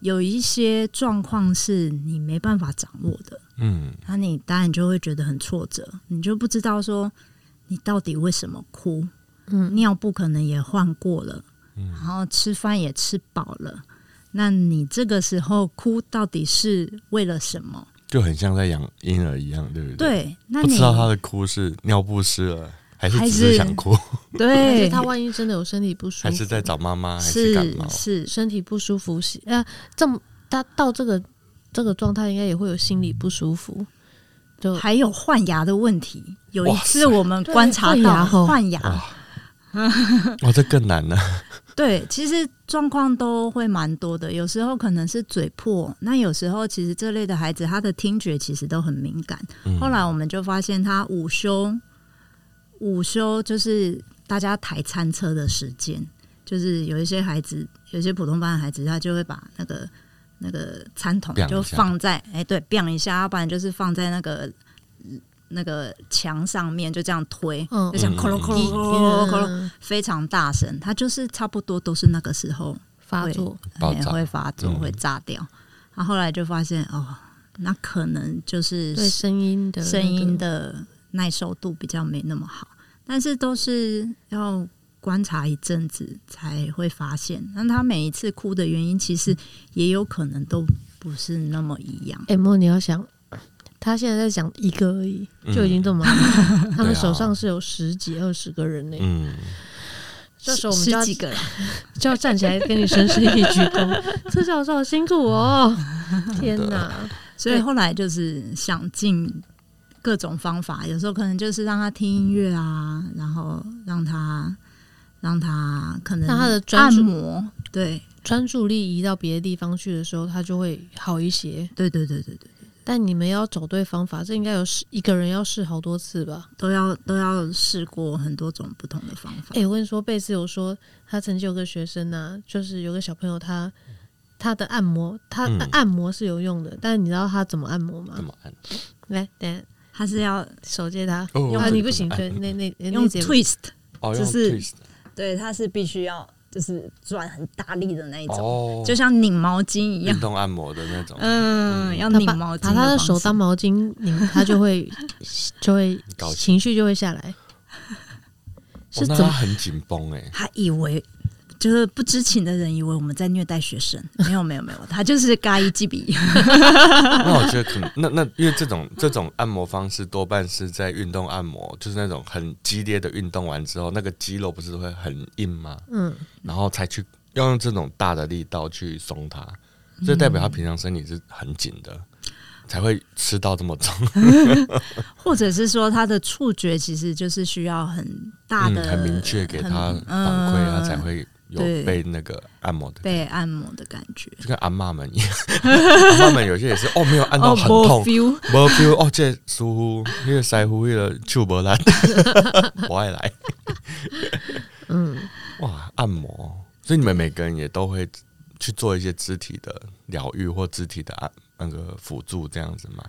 S2: 有一些状况是你没办法掌握的，
S1: 嗯，
S2: 那你当然就会觉得很挫折，你就不知道说你到底为什么哭，
S3: 嗯，
S2: 尿布可能也换过了，
S1: 嗯
S2: 然后吃饭也吃饱了，那你这个时候哭到底是为了什么？
S1: 就很像在养婴儿一样，对不对？
S2: 对，那
S1: 不
S2: 你
S1: 知道他的哭是尿布湿了，还是
S2: 还
S1: 只
S2: 是
S1: 是想
S2: (laughs)
S1: 哭，
S3: 而且
S2: 对
S3: 他万一真的有身体不舒服，
S1: 还是在找妈妈，还
S2: 是
S1: 感冒？
S2: 是 (laughs)
S3: 身体不舒服，是呃，这么他到这个这个状态，应该也会有心理不舒服。就
S2: 还有换牙的问题。有一
S1: 哦哇
S2: 次我们
S3: 对
S2: 观察
S3: 换牙
S2: 到
S3: 吼
S2: 换牙，
S1: 哇哇，哦这更难了。
S2: 对，其实状况都会蛮多的，有时候可能是嘴破，那有时候其实这类的孩子他的听觉其实都很敏感。
S1: 嗯
S2: 后来我们就发现他午休，午休就是大家抬餐车的时间，就是有一些孩子，有一些普通班的孩子，他就会把那个那个餐桶
S1: 砰一下
S2: 就放在哎、对，变一下，要不然就是放在那个那个墙上面，就这样推，
S3: 嗯
S2: 就像
S1: 嗯
S2: 咯咯咯咯咯咯咯咯，
S3: 嗯
S2: 非常大声，他就是差不多都是那个时候
S3: 发作，
S1: 爆
S2: 哎
S1: 炸
S2: 会发作，
S1: 嗯
S2: 会炸掉。他后来就发现哦，那可能就是
S3: 对声音的那个
S2: 声音的耐受度比较没那么好，但是都是要观察一阵子才会发现。那他每一次哭的原因，其实也有可能都不是那么一样。
S3: 哎，莫，你要想，他现在在讲一个而已，就已经这么麻烦了他们手上是有十几、二十个人呢。
S1: 嗯，
S3: 这时候我们
S2: 十
S3: 就要
S2: 十几个
S3: (laughs)
S2: 人，
S3: 就要站起来跟你深深一鞠躬， (laughs) 这教授好辛苦哦！ (laughs) 天哪，
S2: 所以后来就是想尽各种方法，有时候可能就是让他听音乐啊，然后让他让他可能
S3: 让他的专
S2: 按
S3: 注
S2: 摩，对
S3: 专注力移到别的地方去的时候，他就会好一些。
S2: 对对对对对，
S3: 但你们要找对方法，这应该有试一个人要试好多次吧？
S2: 都要都要试过很多种不同的方法。
S3: 哎、我跟你说，贝斯有说他曾经有个学生呐、就是有个小朋友他，他的按摩，他、
S1: 嗯
S3: 按摩是有用的，但是你知道他怎么按摩吗
S1: 怎？么按？
S3: 来，等一下
S2: 他是要
S3: 手借他。
S1: 哦
S3: 啊，
S1: 这
S3: 你
S1: 个
S3: 不行，
S1: 按
S3: 对，那那那
S2: 用
S3: 那节目
S2: twist。
S1: 哦，
S2: 就
S1: 用
S2: 是
S1: twist
S2: 对，它是必须要就是转很大力的那一种，
S1: 哦，
S2: 就像拧毛巾一
S1: 运
S2: 样。
S1: 动按摩的那种，
S2: 嗯，要
S3: 他
S2: 拧
S3: 哦把
S2: 毛巾
S3: 把他的
S2: 的
S3: 手当毛巾拧，他就
S2: (laughs)
S3: 会就会
S1: 高兴
S3: 情绪就会下来。
S1: 哦
S3: 是
S1: 那
S3: 怎
S1: 他
S3: 么？
S1: 很紧绷哎，
S2: 他以为。就是不知情的人以为我们在虐待学生，没有没有没有，他就是嘎一记比， (laughs)
S1: 那我觉得可能，那那因为这种这种按摩方式多半是在运动按摩，就是那种很激烈的运动完之后，那个肌肉不是会很硬吗？
S3: 嗯，
S1: 然后才去要用这种大的力道去松它，这代表他平常身体是很紧的，才会吃到这么重，
S2: 或者是说他的触觉其实就是需要很大
S1: 嗯 (laughs)
S2: 的、，
S1: 很明确给他
S2: 很
S1: 反馈，他
S2: 嗯
S1: 才会有
S2: 对
S1: 被那个按摩的。
S2: 被按摩的感觉。
S1: 就跟阿嬷们一样， (laughs) 阿嬷们有些也是哦，没有按到很痛
S2: 没，feel，
S1: 无 feel 哦，这舒服，那个师傅那个手无力， (laughs) 不爱来。嗯，哇，按摩，所以你们每个人也都会去做一些肢体的疗愈或肢体的按那个辅助这样子吗？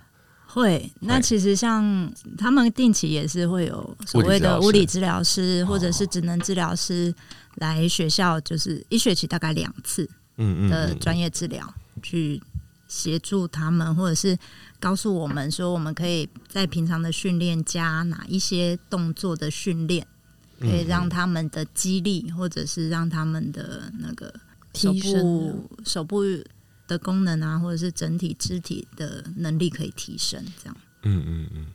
S2: 会，那
S1: 会
S2: 其实像他们定期也是会有所谓的
S1: 物
S2: 物
S1: 理
S2: 理
S1: 治
S2: 治疗师或者是
S1: 哦
S2: 职能治疗师来学校，就是一学期大概两次
S1: 嗯嗯，
S2: 的专
S1: 业，
S2: 业治疗，去协助他们，或者是告诉我们说，我们可以在平常的训练加哪一些动作的训练，
S1: 嗯
S2: 可以让他们的肌力，或者是让他们的那个手
S3: 提升
S2: 部手部的功能啊，或者是整体肢体的能力可以提升，这样。
S1: 嗯嗯嗯，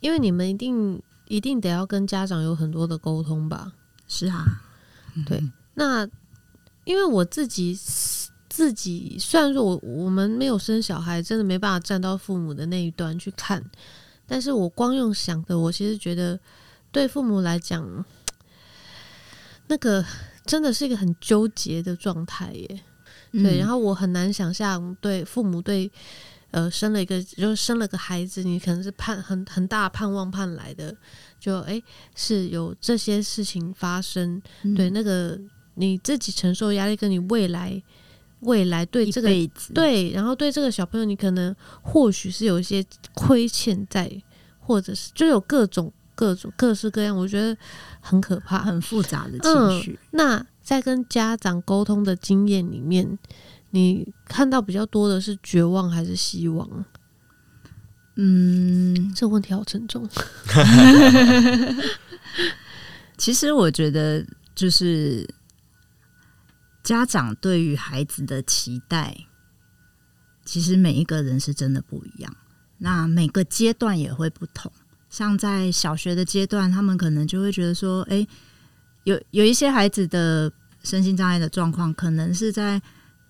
S3: 因为你们一定一定得要跟家长有很多的沟通吧？
S2: 是啊，
S3: 对，那因为我自己自己虽然说我我们没有生小孩，真的没办法站到父母的那一端去看，但是我光用想的，我其实觉得对父母来讲，那个真的是一个很纠结的状态耶。对，然
S2: 后
S3: 后我很难想象对父母对。呃，生了一个就是生了个孩子，你可能是盼很很大盼望盼来的，就诶是有这些事情发生，
S2: 嗯
S3: 对，那个你自己承受的压力，跟你未来未来对
S2: 一
S3: 这个
S2: 辈子，
S3: 对，然后对这个小朋友，你可能或许是有一些亏欠在，或者是就有各种各种各式各样，我觉得很可怕。
S2: 很复杂的
S3: 嗯
S2: 情绪。
S3: 那在跟家长沟通的经验里面，你看到比较多的是绝望还是希望？啊
S2: 嗯，
S3: 这问题好沉重。
S2: 其实我觉得就是家长对于孩子的期待，其实每一个人是真的不一样，那每个阶段也会不同。像在小学的阶段，他们可能就会觉得说，诶，有有一些孩子的身心障碍的状况，可能是在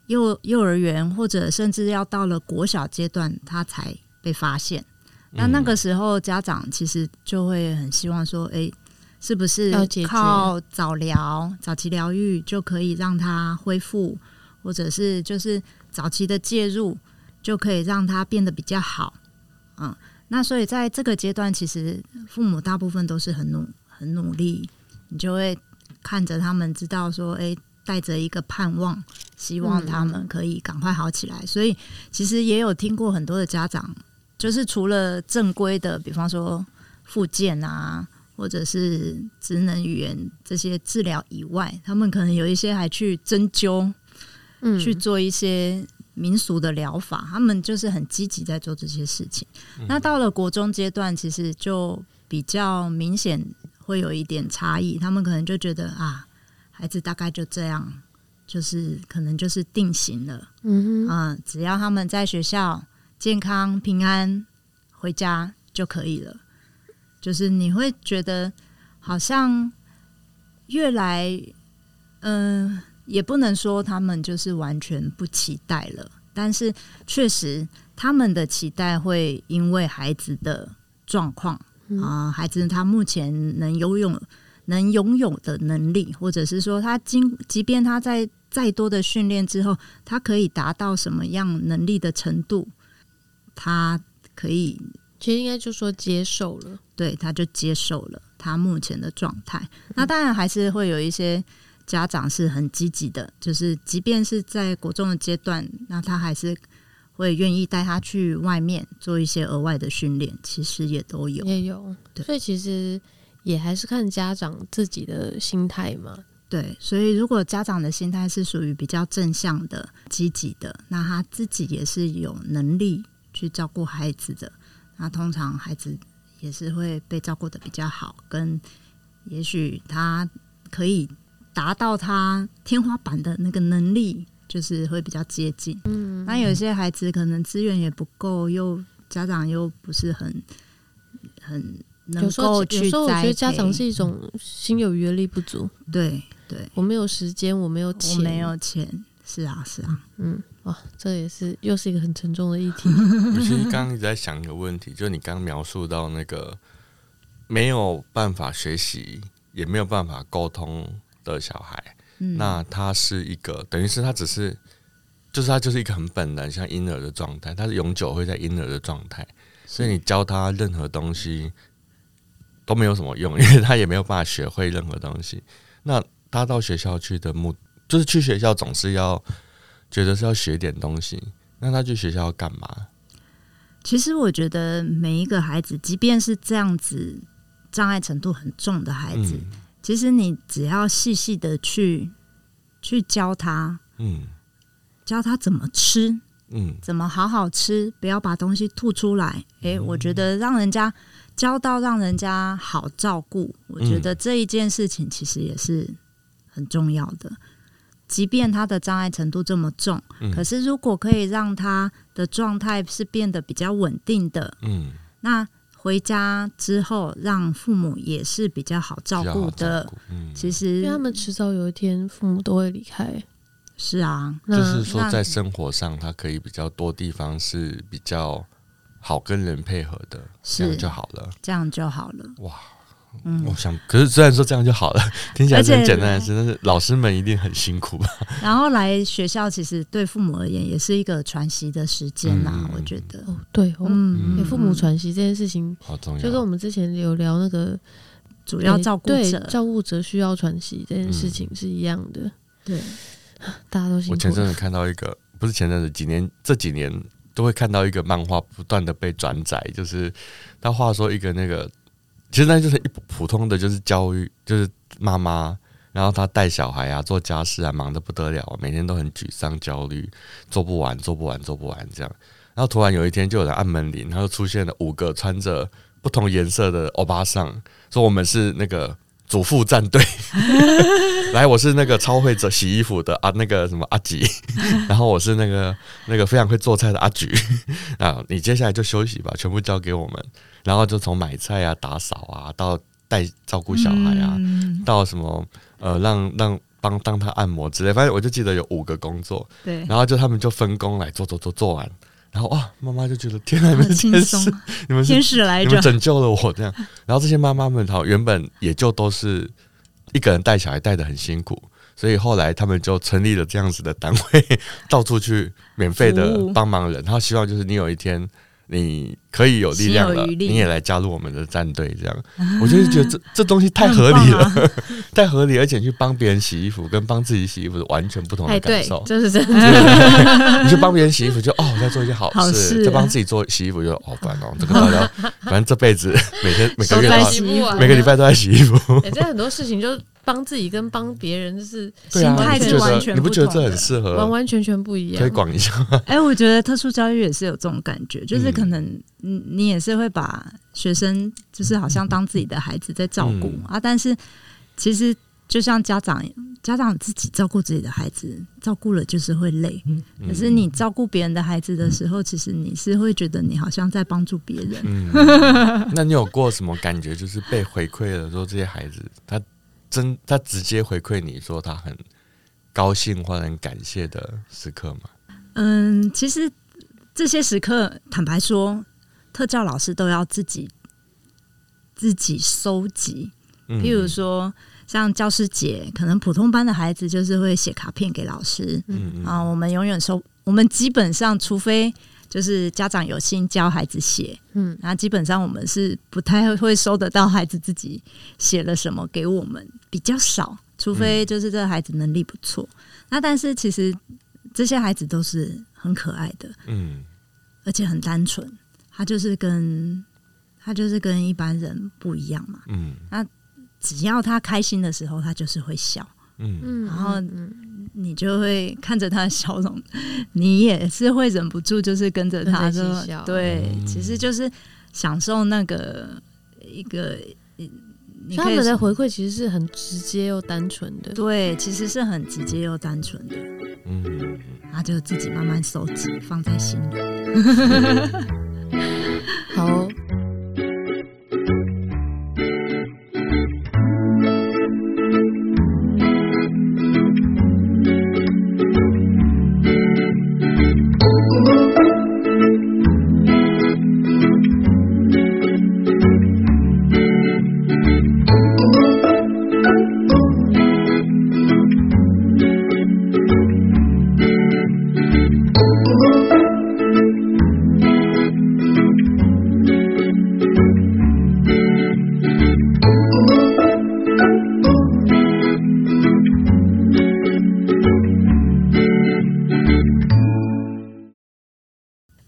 S2: 幼幼儿园或者甚至要到了国小阶段，他才被发现。那
S1: 嗯
S2: 那个时候，家长其实就会很希望说，诶，是不是
S3: 要解决
S2: 靠早疗、早期疗愈就可以让他恢复，或者是就是早期的介入就可以让他变得比较好？嗯，那所以在这个阶段，其实父母大部分都是很努很努力，你就会看着他们，知道说，诶，带着一个盼望，希望他
S3: 嗯
S2: 们可以赶快好起来。所以其实也有听过很多的家长，就是除了正规的，比方说复健啊，或者是职能语言这些治疗以外，他们可能有一些还去针灸，
S3: (laughs) 嗯，
S2: 去做一些民俗的疗法，他们就是很积极在做这些事情。
S3: 嗯
S2: 那到了国中阶段，其实就比较明显会有一点差异，他们可能就觉得啊，孩子大概就这样，就是可能就是定型了。
S3: 嗯哼，
S2: 嗯，只要他们在学校健康平安回家就可以了。就是你会觉得好像越来，嗯、也不能说他们就是完全不期待了，但是确实他们的期待会因为孩子的状况
S3: 嗯
S2: 啊，孩子他目前能游泳。能拥有的能力，或者是说他经，即便他在再多的训练之后，他可以达到什么样能力的程度，他可以
S3: 其实应该就说接受了。
S2: 对，他就接受了他目前的状态。那当然还是会有一些家长是很积极的，就是即便是在国中的阶段，那他还是会愿意带他去外面做一些额外的训练，其实也都有。
S3: 也有，
S2: 对
S3: 所以其实也还是看家长自己的心态嘛。
S2: 对，所以如果家长的心态是属于比较正向的、积极的，那他自己也是有能力去照顾孩子的，那通常孩子也是会被照顾的比较好，跟也许他可以达到他天花板的那个能力，就是会比较接近。
S3: 嗯，
S2: 那有些孩子可能资源也不够，又家长又不是很很能
S3: 有时候
S2: 够
S3: 有
S2: 去
S3: 时候我觉
S2: 栽
S3: 得家长
S2: 培
S3: 是一种心有余而力不足，
S2: 对对，
S3: 我没有时间，我没有
S2: 我
S3: 钱，
S2: 没有钱。是啊，是啊，
S3: 嗯，哇，这也是又是一个很沉重的议题。
S1: 我嗯其实刚刚一直在想一个问题，就是你刚描述到那个没有办法学习，也没有办法沟通的小孩，
S2: 嗯，
S1: 那他是一个等于是他只是，就是他就是一个很本能像婴儿的状态，他是永久会在婴儿的状态，所以你教他任何东西都没有什么用，因 (laughs) 为他也没有办法学会任何东西。那他到学校去的目，就是去学校总是要觉得是要学点东西，那他去学校要干嘛？
S2: 其实我觉得每一个孩子，即便是这样子障碍程度很重的孩子，
S1: 嗯
S2: 其实你只要细细的去去教他，
S1: 嗯
S2: 教他怎么吃，
S1: 嗯
S2: 怎么好好吃，不要把东西吐出来。诶、
S1: 嗯
S2: 我觉得让人家教到让人家好
S1: 嗯
S2: 照顾，我觉得这一件事情其实也是很重要的。即便他的障碍程度这么重，
S1: 嗯
S2: 可是如果可以让他的状态是变得比较稳定的，
S1: 嗯，
S2: 那回家之后让父母也是比较好照
S1: 比较
S2: 顾
S1: 好
S2: 的。
S1: 照顾，嗯，
S2: 其
S3: 因为他
S2: 实
S3: 们迟早有一天父母都会离开。
S2: 是啊，
S3: 那
S1: 就是说
S2: 那
S1: 在生活上，他可以比较多地方是比较好跟人配合的，这样
S2: 是
S1: 就好了。
S2: 这样就好了。
S1: 哇，我
S2: 嗯，
S1: 想，可是虽然说这样就好了，听起来
S2: 而
S1: 是很
S2: 且
S1: 简单的事，但是老师们一定很辛苦吧？
S2: 然后来学校其实对父母而言也是一个喘息的时间啦、
S1: 嗯
S2: 我觉得。
S3: 哦，对哦，
S2: 嗯
S3: 给、
S1: 嗯
S3: 父母喘息这件事情，
S1: 好重要，
S3: 就是我们之前有聊那个
S2: 主要照顾
S3: 对
S2: 者，
S3: 照顾者需要喘息这件事情是一样的，
S2: 对，
S3: 大家都辛
S1: 嗯我
S3: 苦
S1: 前阵
S3: 了。
S1: 子看到一个，不是前阵子，几年这几年都会看到一个漫画不断的被转载，就是他话说一个那个，其实那就是一普普通的，就是教育，就是妈妈，然后她带小孩啊，做家事啊，忙得不得了、啊，每天都很沮丧、焦虑，做不完，做不完，做不完这样。然后突然有一天，就有人按门铃，然后出现了五个穿着不同颜色的欧巴桑，说我们是那个祖父战队， (laughs) 来，我是那个超会者洗衣服的啊，那个什么阿吉， (laughs) 然后我是那个那个非常会做菜的阿菊 (laughs) 啊，你接下来就休息吧，全部交给我们，然后就从买菜啊、打扫啊，到带照顾小孩啊，
S2: 嗯
S1: 到什么呃，让让帮当他按摩之类，反正我就记得有五个工作，
S2: 对，
S1: 然后就他们就分工来做做做做完，然后哇，妈妈就觉得天哪，你们
S2: 很
S1: 真
S2: 轻
S1: 的
S2: 松啊
S1: 是，你们是
S2: 天使来
S1: 你
S2: 着
S1: 们，拯救了我这样。然后这些妈妈们，好，原本也就都是一个人带小孩带的很辛苦，所以后来他们就成立了这样子的单位， (laughs) 到处去免费的
S2: 服务
S1: 帮忙人。然后希望就是你有一天。你可以有力量
S2: 心
S1: 了，
S2: 有余力
S1: 你也来加入我们的战队，这样，我就是觉得这这东西太合理了，
S2: 很棒啊
S1: (laughs) 太合理，而且去帮别人洗衣服跟帮自己洗衣服是完全不同的
S3: 哎，
S1: 感
S3: 对
S1: 受，。
S3: 这是真
S1: (laughs)
S3: 的。
S1: 你去帮别人洗衣服就，哦，我在做一件好
S2: 好
S1: 事；
S2: 事
S1: 在帮自己做洗衣服就，哦，烦哦，这个大家，反正这辈子每天每个
S2: 都
S1: 月
S2: 在啊
S1: 都要
S2: 洗衣服
S1: 每个礼拜都在洗衣服，
S3: 哎，这很多事情就帮自己跟帮别人就是
S1: 对啊，
S2: 心态
S1: 你不
S2: 是
S1: 觉
S2: 完
S1: 得
S2: 全
S1: 你不觉得
S2: 不
S1: 这
S2: 同的
S1: 很适
S3: 完
S1: 合
S3: 完全全不一样。
S1: 推广一下？ (laughs)
S2: 哎、我觉得特殊教育也是有这种感觉，就是
S1: 嗯
S2: 可能嗯你也是会把学生就是好像当自己的孩子在照顾、
S1: 嗯
S2: 啊，但是其实就像家长，家长自己照顾自己的孩子，照顾了就是会累，
S1: 嗯
S2: 可是你照顾别人的孩子的时候，其实你是会觉得你好像在帮助别人。
S1: 嗯，那你有过什么感觉？就是被回馈了，说这些孩子他真他直接回馈你说他很高兴或者很感谢的时刻吗？
S2: 嗯，其实这些时刻，坦白说，特教老师都要自己自己收集。
S1: 嗯
S2: 譬如说，像教师节，可能普通班的孩子就是会写卡片给老师
S1: 嗯
S2: 啊。我们永远收，我们基本上，除非就是家长有心教孩子写，
S3: 嗯，
S2: 然后基本上我们是不太会收得到孩子自己写了什么给我们，比较少，除
S1: 嗯
S2: 非就是这个孩子能力不错。那但是其实这些孩子都是很可爱的，
S1: 嗯
S2: 而且很单纯，他就是跟他就是跟一般人不一样嘛。
S1: 嗯
S2: 只要他开心的时候，他就是会笑，
S1: 嗯
S3: 嗯，
S2: 然后
S3: 嗯
S2: 你就会看着他的笑容， (laughs) 你也是会忍不住就是跟着他
S3: 跟着一
S2: 说
S3: 起笑，
S2: 对，
S1: 嗯
S2: 其实就是享受那个一个，
S3: 所
S2: 你
S3: 以
S2: 可
S3: 他
S2: 以
S3: 们
S2: 说
S3: 的回馈其实是很直接又单纯的。
S2: 对，其实是很直接又单纯的，
S1: 嗯
S2: 然后就自己慢慢收集放在心里。
S3: 好哦、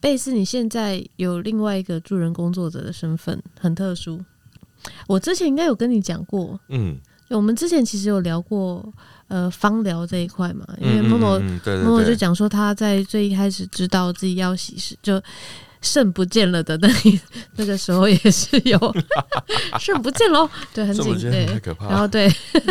S3: 贝斯，你现在有另外一个助人工作者的身份，很特殊。我之前应该有跟你讲过，
S1: 嗯，
S3: 我们之前其实有聊过呃芳疗这一块嘛，因为
S1: 嗯
S3: 默默
S1: 嗯嗯嗯对
S3: 默默
S1: 对
S3: 就
S1: 对，
S3: 讲说他在最一开始知道自己要洗是就肾不见了的那里， (laughs) 那个时候也是
S1: (laughs)
S3: 有肾不见喽，对，很
S1: 这么
S3: 紧
S1: 觉得太
S3: 对。
S1: 可怕
S3: 然后
S1: 了。
S3: 对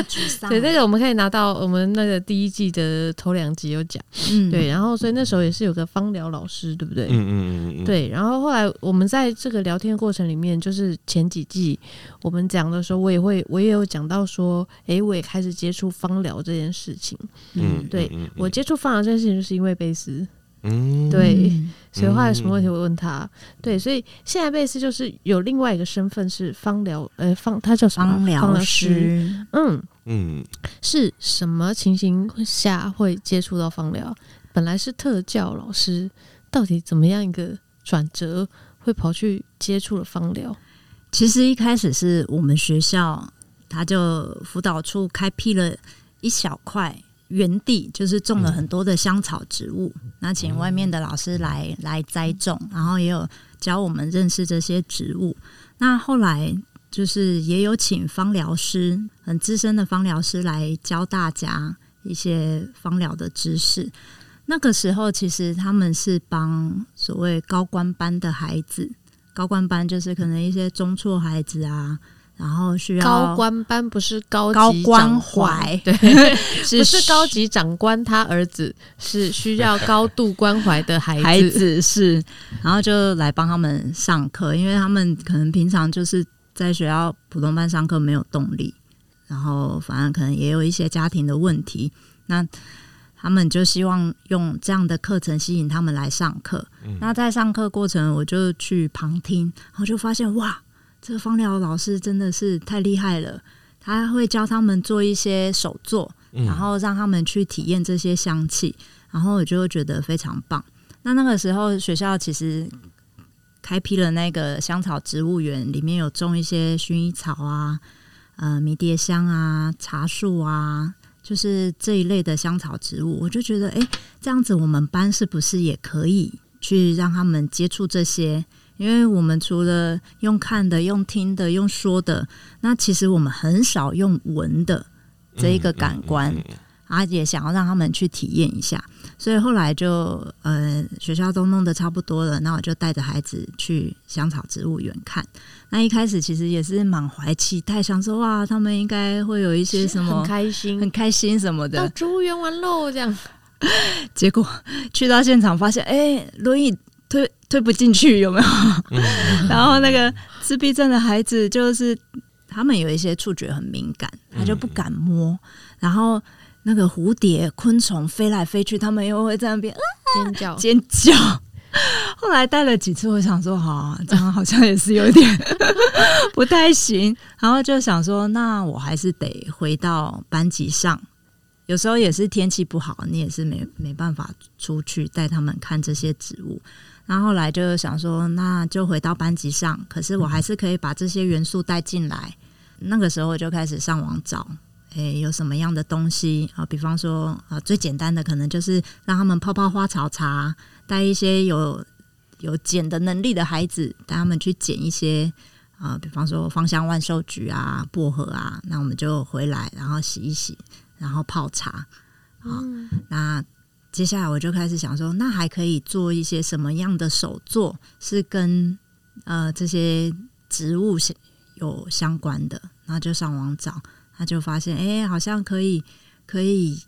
S2: 沮丧
S3: (laughs) 对，那个我们可以拿到我们那个第一季的头两集有讲，
S2: 嗯
S3: 对，然后所以那时候也是有个芳疗老师，对不对？
S1: 嗯嗯嗯嗯，，
S3: 对，然后后来我们在这个聊天过程里面，就是前几季我们讲的时候，我也会我也有讲到说，诶，我也开始接触芳疗这件事情。
S1: 嗯，
S3: 对
S1: 嗯
S3: 我，接触芳疗这件事情，就是因为贝斯，
S1: 嗯，嗯
S3: 对
S2: 嗯
S3: 所以后来有什么问题我问他。对，所以现在贝斯就是有另外一个身份是芳疗，呃，芳他叫什么啊？
S2: 芳疗
S3: 师。
S2: 师，
S3: 嗯，
S1: 嗯，
S3: 是什么情形下会接触到芳疗？本来是特教老师，到底怎么样一个转折会跑去接触了芳疗？
S2: 其实一开始是我们学校，他就辅导处开辟了一小块园地，就是种了很多的香草植物。那请外面的老师来
S3: 嗯
S2: 来栽种，然后也有教我们认识这些植物。那后来就是也有请芳疗师，很资深的芳疗师来教大家一些芳疗的知识。那个时候，其实他们是帮所谓高官班的孩子，高官班就是可能一些中辍孩子啊，然后需要
S3: 高官班不是高级
S2: 高关
S3: 长
S2: 怀，
S3: 对，
S2: 是 (laughs)
S3: 不是高级长官他儿子，是需要高度关怀的孩子。
S2: (laughs) 孩子是，然后就来帮他们上课，因为他们可能平常就是在学校普通班上课没有动力，然后反正可能也有一些家庭的问题，那他们就希望用这样的课程吸引他们来上课。那在上课过程，我就去旁听，然后就发现哇，这个芳疗老师真的是太厉害了，他会教他们做一些手作，
S1: 嗯
S2: 然后让他们去体验这些香气，然后我就觉得非常棒。那那个时候学校其实开辟了那个香草植物园，里面有种一些薰衣草啊、呃迷迭香啊、茶树啊，就是这一类的香草植物。我就觉得，诶，这样子我们班是不是也可以去让他们接触这些？因为我们除了用看的、用听的、用说的，那其实我们很少用闻的这一个感官。
S1: 嗯嗯嗯嗯
S2: 啊，也想要让他们去体验一下，所以后来就呃学校都弄得差不多了，那我就带着孩子去香草植物园看。那一开始其实也是满怀期待，想说哇，他们应该会有一些什么
S3: 很开心
S2: 很，开心什么的
S3: 到。植物园玩喽，这样。
S2: 结果 (laughs) 去到现场发现，哎、轮椅推推不进去，有没有？ (laughs) 然后那个自闭症的孩子，就是他们有一些触觉很敏感，他就不敢摸。然后那个蝴蝶、昆虫飞来飞去，他们又会在那边啊
S3: 尖叫，
S2: 尖叫。 (laughs) 后来带了几次，我想说，好、啊，这样好像也是有点 (laughs) 不太行。然后就想说，那我还是得回到班级上。有时候也是天气不好，你也是没没办法出去带他们看这些植物。然后后来就想说，那就回到班级上，可是我还是可以把这些元素带进来。那个时候我就开始上网找，诶，有什么样的东西啊？比方说啊，最简单的可能就是让他们泡泡花草茶，带一些有有捡的能力的孩子，带他们去捡一些啊、比方说芳香万寿菊啊、薄荷啊，那我们就回来然后洗一洗，然后泡茶。好，那接下来我就开始想说，那还可以做一些什么样的手作是跟呃这些植物相有相关的？然后就上网找，他就发现，哎、好像可以可以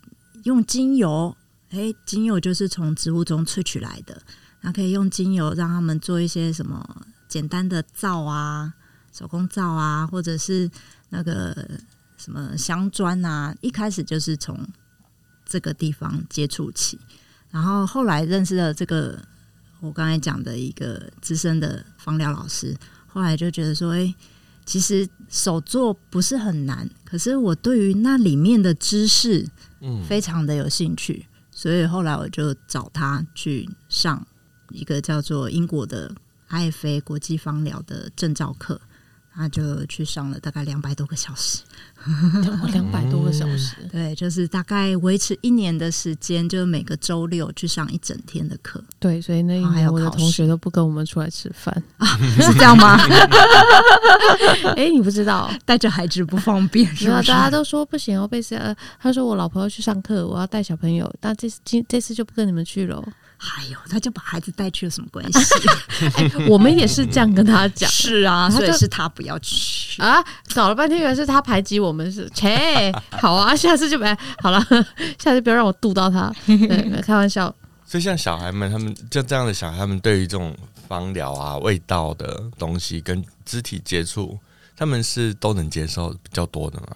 S2: 用精油，哎、精油就是从植物中萃取来的，那可以用精油让他们做一些什么简单的皂啊、手工皂啊，或者是那个什么香砖啊。一开始就是从这个地方接触起，然后后来认识了这个我刚才讲的一个资深的芳疗老师，后来就觉得说，哎、其实手作不是很难，可是我对于那里面的知识，
S1: 嗯
S2: 非常的有兴趣，所以后来我就找他去上一个叫做英国的 IFA 国际芳疗的证照课，他就去上了大概两百多个小时。嗯
S3: 两百多个小时，
S2: 对，就是大概维持一年的时间，就是每个周六去上一整天的 (laughs) 课，
S3: 对，所以那一
S2: 啊还
S3: 年
S2: 有
S3: 我的
S2: 考
S3: 同
S2: 试
S3: 学都不跟我们出来吃饭。
S2: 是这样 (laughs) 吗？
S3: 哎，你不知道，
S2: 带着孩子不方便，
S3: 没
S2: 是
S3: 有，
S2: 吧？
S3: 大家都说不行哦，贝斯。呃，他说我老婆要去上课，我要带小朋友，那这次今这次就不跟你们去了哦。
S2: 哎呦，他就把孩子带去有什么关系？ (laughs)
S3: 我们也是这样跟他讲
S2: 嗯是啊，
S3: 他
S2: 所以
S3: 就是
S2: 他不要去。
S3: 啊，搞了半天原来是他排挤我们是，切， (laughs) 好啊，下次就别好了， (laughs) 下次不要让我度到他，
S2: (laughs)
S3: 对，开玩笑，
S1: 所以像小孩们，他们就这样的小孩，他们对于这种芳疗啊、味道的东西跟肢体接触，他们是都能接受比较多的嘛？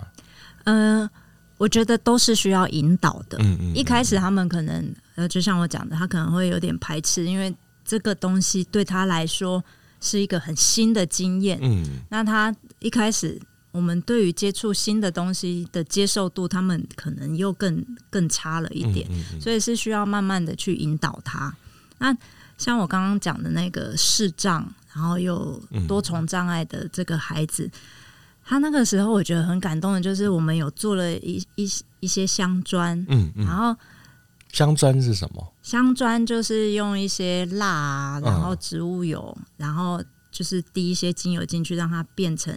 S2: 嗯、我觉得都是需要引导的。
S1: 嗯嗯，
S2: 一开始他们可能呃，就像我讲的，他可能会有点排斥，因为这个东西对他来说是一个很新的经验。
S1: 嗯
S2: 那他一开始，我们对于接触新的东西的接受度，他们可能又更更差了一点，
S1: 嗯嗯
S2: 所以是需要慢慢的去引导他。那像我刚刚讲的那个视障，然后有多重障碍的这个孩子，他那个时候我觉得很感动的，就是我们有做了一一一些香砖，
S1: 嗯嗯
S2: 然
S1: 嗯，
S2: 后
S1: 香砖是什么？
S2: 香砖就是用一些蜡、啊，
S1: 嗯
S2: 然后植物油，然后就是滴一些精油进去，让它变成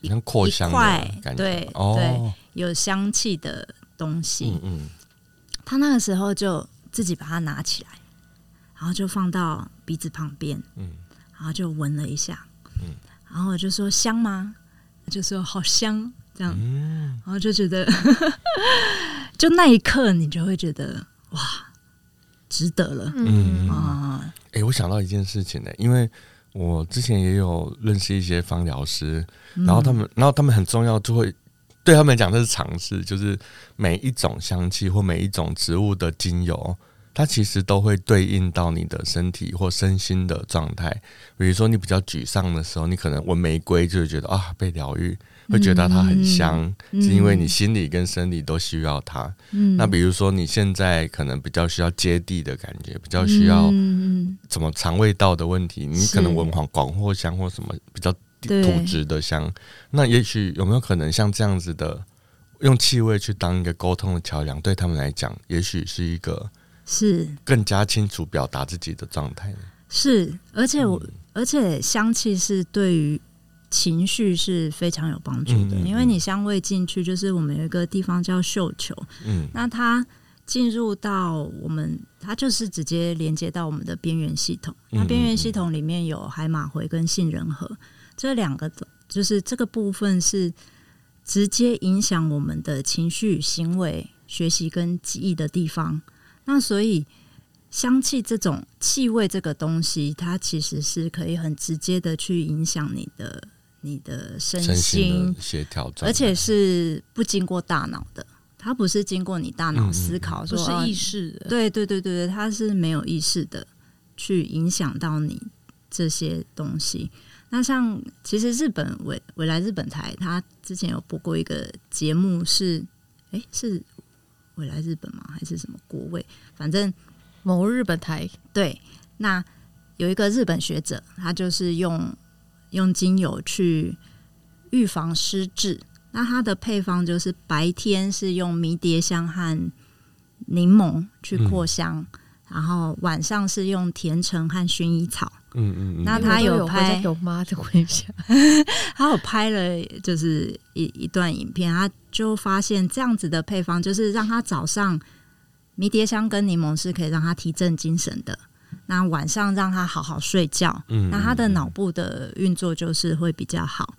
S2: 一
S1: 像扩香
S2: 一块
S1: 的感觉，
S2: 对
S1: 哦，
S2: 有香气的东西。
S1: 嗯嗯，
S2: 他那个时候就自己把它拿起来，然后就放到鼻子旁边，
S1: 嗯
S2: 然后就闻了一下，然后我就说香吗？他就说好香，这样，
S1: 嗯
S2: 然后就觉得， (laughs) 就那一刻你就会觉得哇，值得了
S1: 嗯嗯
S2: 啊、
S1: 诶，我想到一件事情呢、因为我之前也有认识一些芳疗师，然后他
S2: 嗯
S1: 们，然后他们很重要，就会对他们来讲这是尝试，就是每一种香气或每一种植物的精油，它其实都会对应到你的身体或身心的状态。比如说你比较沮丧的时候，你可能闻玫瑰就会觉得啊被疗愈，会觉得它很香，
S2: 嗯
S1: 是因为你心理跟生理都需要它。
S2: 嗯
S1: 那比如说你现在可能比较需要接地的感觉，比较需要、
S2: 嗯
S1: 怎么肠胃道的问题，你
S2: 是
S1: 可能闻黄广藿香或什么比较地
S2: 对
S1: 土质的香，那也许有没有可能像这样子的，用气味去当一个沟通的桥梁，对他们来讲，也许是一个
S2: 是
S1: 更加清楚表达自己的状态呢。
S2: 是，而且我、
S1: 嗯
S2: 而且香气是对于情绪是非常有帮助的，
S1: 嗯嗯嗯
S2: 因为你香味进去，就是我们有一个地方叫嗅球，
S1: 嗯
S2: 那它进入到我们，它就是直接连接到我们的边缘系统。
S1: 嗯
S2: 那边缘系统里面有海马回跟杏仁核这两个的，就是这个部分是直接影响我们的情绪、行为、学习跟记忆的地方。那所以。香气这种气味这个东西，它其实是可以很直接的去影响你的你的身
S1: 身
S2: 心
S1: 心的协调状态，
S2: 而且是不经过大脑的，它不是经过你大
S1: 嗯
S2: 脑思考
S3: 不
S2: 说，啊
S3: 是意
S2: 识，
S3: 识的，
S2: 对对对对对，它是没有意识的去影响到你这些东西。那像其实日本我我来日本台，他之前有播过一个节目是，诶，是我来日本吗？还是什么国卫？反正
S3: 某日本台，
S2: 对，那有一个日本学者，他就是用用精油去预防失智。那它的配方就是白天是用迷迭香和柠檬去扩香，然后晚上是用甜橙和薰衣草。
S1: 嗯嗯嗯，
S2: 那
S3: 我
S2: 他
S3: 都
S2: 有
S3: 有回家
S2: 拍
S3: 给我妈的回家，
S2: 他有拍了就是一一段影片，他就发现这样子的配方就是让他早上迷迭香跟柠檬是可以让他提振精神的，那晚上让他好好睡觉，
S1: 嗯
S2: 那他的脑部的运作就是会比较好。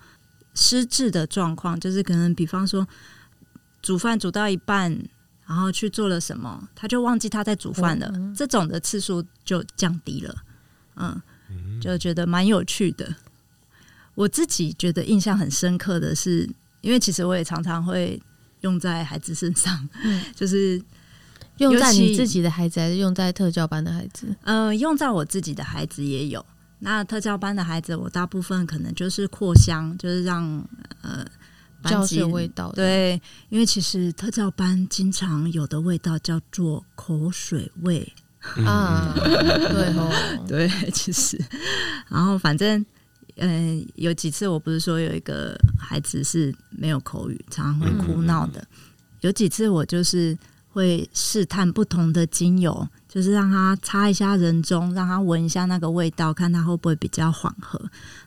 S2: 失智的状况就是可能比方说煮饭煮到一半，然后去做了什么，他就忘记他在煮饭了，
S3: 嗯
S2: 这种的次数就降低了。嗯，就觉得蛮有趣的。我自己觉得印象很深刻的是，因为其实我也常常会用在孩子身上，
S3: 嗯
S2: (laughs) 就是
S3: (laughs) 用在
S2: 尤其
S3: 你自己的孩子，还是用在特教班的孩子？
S2: 呃，用在我自己的孩子也有。那特教班的孩子，我大部分可能就是扩香，就是让呃班
S3: 教室
S2: 级
S3: 有味道的，
S2: 对，因为其实特教班经常有的味道叫做口水味，
S3: 啊，
S1: 嗯
S3: 对哦，
S2: 对， (laughs) 其实，然后反正，嗯、有几次我不是说有一个孩子是没有口语，常常会哭闹的。有几次我就是会试探不同的精油，就是让他擦一下人中，让他闻一下那个味道，看他会不会比较缓和。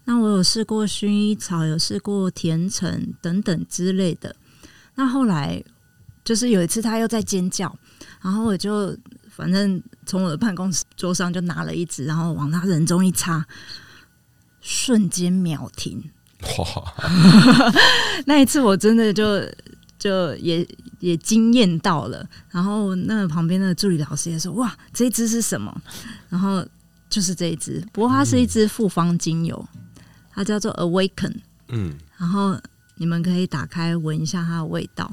S2: 那我有试过薰衣草，有试过甜橙等等之类的。那后来就是有一次他又在尖叫，然后我就反正从我的办公室桌上就拿了一支，然后往他人中一插，瞬间秒停。
S1: 哇，
S2: 那一次我真的就就也也惊艳到了。然后那旁边的助理老师也说：“哇，这一支是什么？”然后就是这一支，不过它是一支复方精油，它叫做 Awaken。
S1: 嗯，
S2: 然后你们可以打开闻一下它的味道，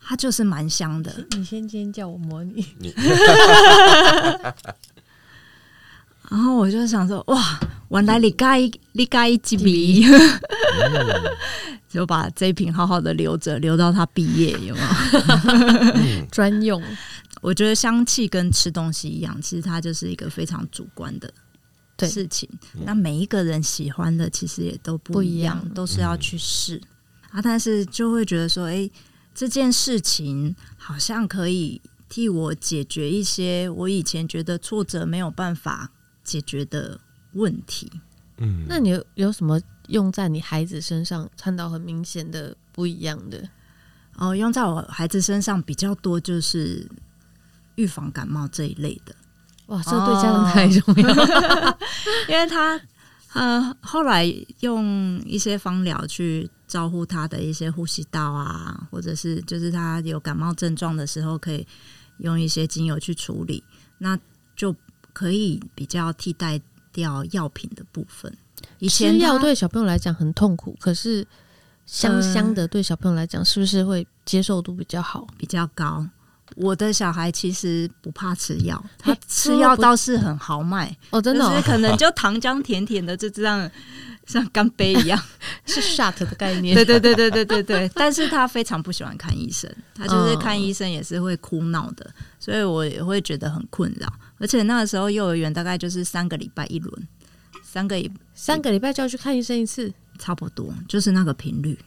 S2: 它就是蛮香的。
S3: 你先尖叫，我模拟。
S1: 你
S2: 然后我就想说，哇，原来你该你该几笔，
S3: 嗯
S2: (laughs) 就把这一瓶好好的留着，留到他毕业，有没有？
S3: 专 (laughs) 用，
S2: 我觉得香气跟吃东西一样，其实它就是一个非常主观的
S3: 对嗯
S2: 事情。那每一个人喜欢的其实也都不一样，
S3: 不一样
S2: 都是要去试、啊。但是就会觉得说，哎、这件事情好像可以替我解决一些我以前觉得挫折没有办法解决的问题。
S1: 嗯，
S3: 那你有有什么用在你孩子身上看到很明显的不一样的？
S2: 哦，用在我孩子身上比较多，就是预防感冒这一类的。
S3: 哇，这对家长太重要了。 (laughs)
S2: 因为他呃后来用一些方疗去照顾他的一些呼吸道啊，或者是就是他有感冒症状的时候，可以用一些精油去处理，那就可以比较替代掉药品的部分。以前
S3: 吃药
S2: 他
S3: 对小朋友来讲很痛苦，可是香香的对小朋友来讲，是不是会接受度比较好？
S2: 比较高。我的小孩其实不怕吃药，
S3: 嘿
S2: 他吃药倒是很豪迈，
S3: 哦，真的
S2: 就
S3: 哦
S2: 是可能就糖浆甜甜的，就这样像干杯一样。
S3: (laughs) 是 shot 的概念。
S2: 对对对对对对对，但是他非常不喜欢看医生，他就是看医生也是会哭闹的，所以我也会觉得很困扰。而且那个时候幼儿园大概就是三个礼拜一轮，三个也
S3: 三个礼拜就要去看医生一次
S2: 差不多，就是那个频率，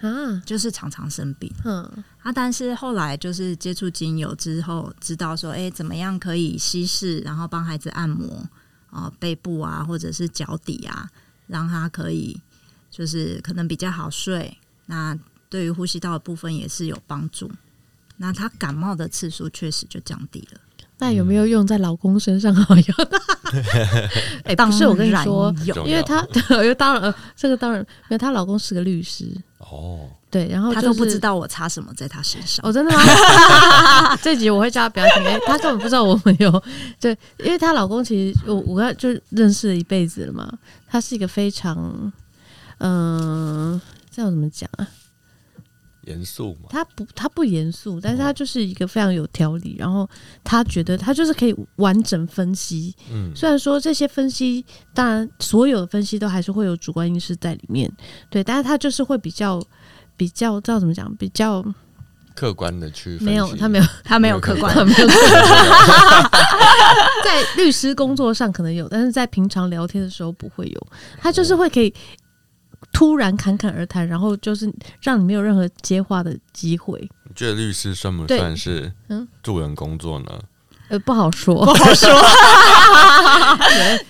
S3: 啊，
S2: 就是常常生病。
S3: 嗯，
S2: 啊，但是后来就是接触精油之后，知道说，哎、怎么样可以稀释，然后帮孩子按摩啊、呃背部啊，或者是脚底啊，让他可以就是可能比较好睡。那对于呼吸道的部分也是有帮助。那他感冒的次数确实就降低了。
S3: 那有没有用在老公身上好用？ (laughs) 哎、
S2: 嗯
S3: 不是，我跟你
S2: 当然
S3: 说，
S2: 有，
S1: 重
S3: 因为她， (laughs) 因为当然，呃这个当然，因为她老公是个律师，
S1: 哦，
S3: 对，然后、
S2: 他都不知。道我擦什么在他身上。
S3: 哦，真的吗？
S1: (laughs)
S3: 这集我会叫他不要听，因为他根本不知道我们有对，因为她老公其实我我跟他就认识了一辈子了嘛，他是一个非常嗯、这要怎么讲啊？
S1: 严肃嘛，
S3: 他不他不严肃，但是
S1: 哦
S3: 他就是一个非常有条理，然后他觉得他就是可以完整分析。
S1: 嗯，
S3: 虽然说这些分析，当然所有的分析都还是会有主观因素在里面，对，但是他就是会比较比较，知道怎么讲，比较
S1: 客观的去分析
S3: 没有他没有
S2: 他没有客观，
S3: 没有在律师工作上可能有，但是在平常聊天的时候不会有。他就是会可以突然侃侃而谈，然后就是让你没有任何接话的机会。
S1: (laughs) 你觉得律师算不
S3: 对
S1: 算是
S3: 嗯
S1: 助人工作呢？
S3: 呃，不好说，
S2: 不
S3: (laughs)
S2: 好说。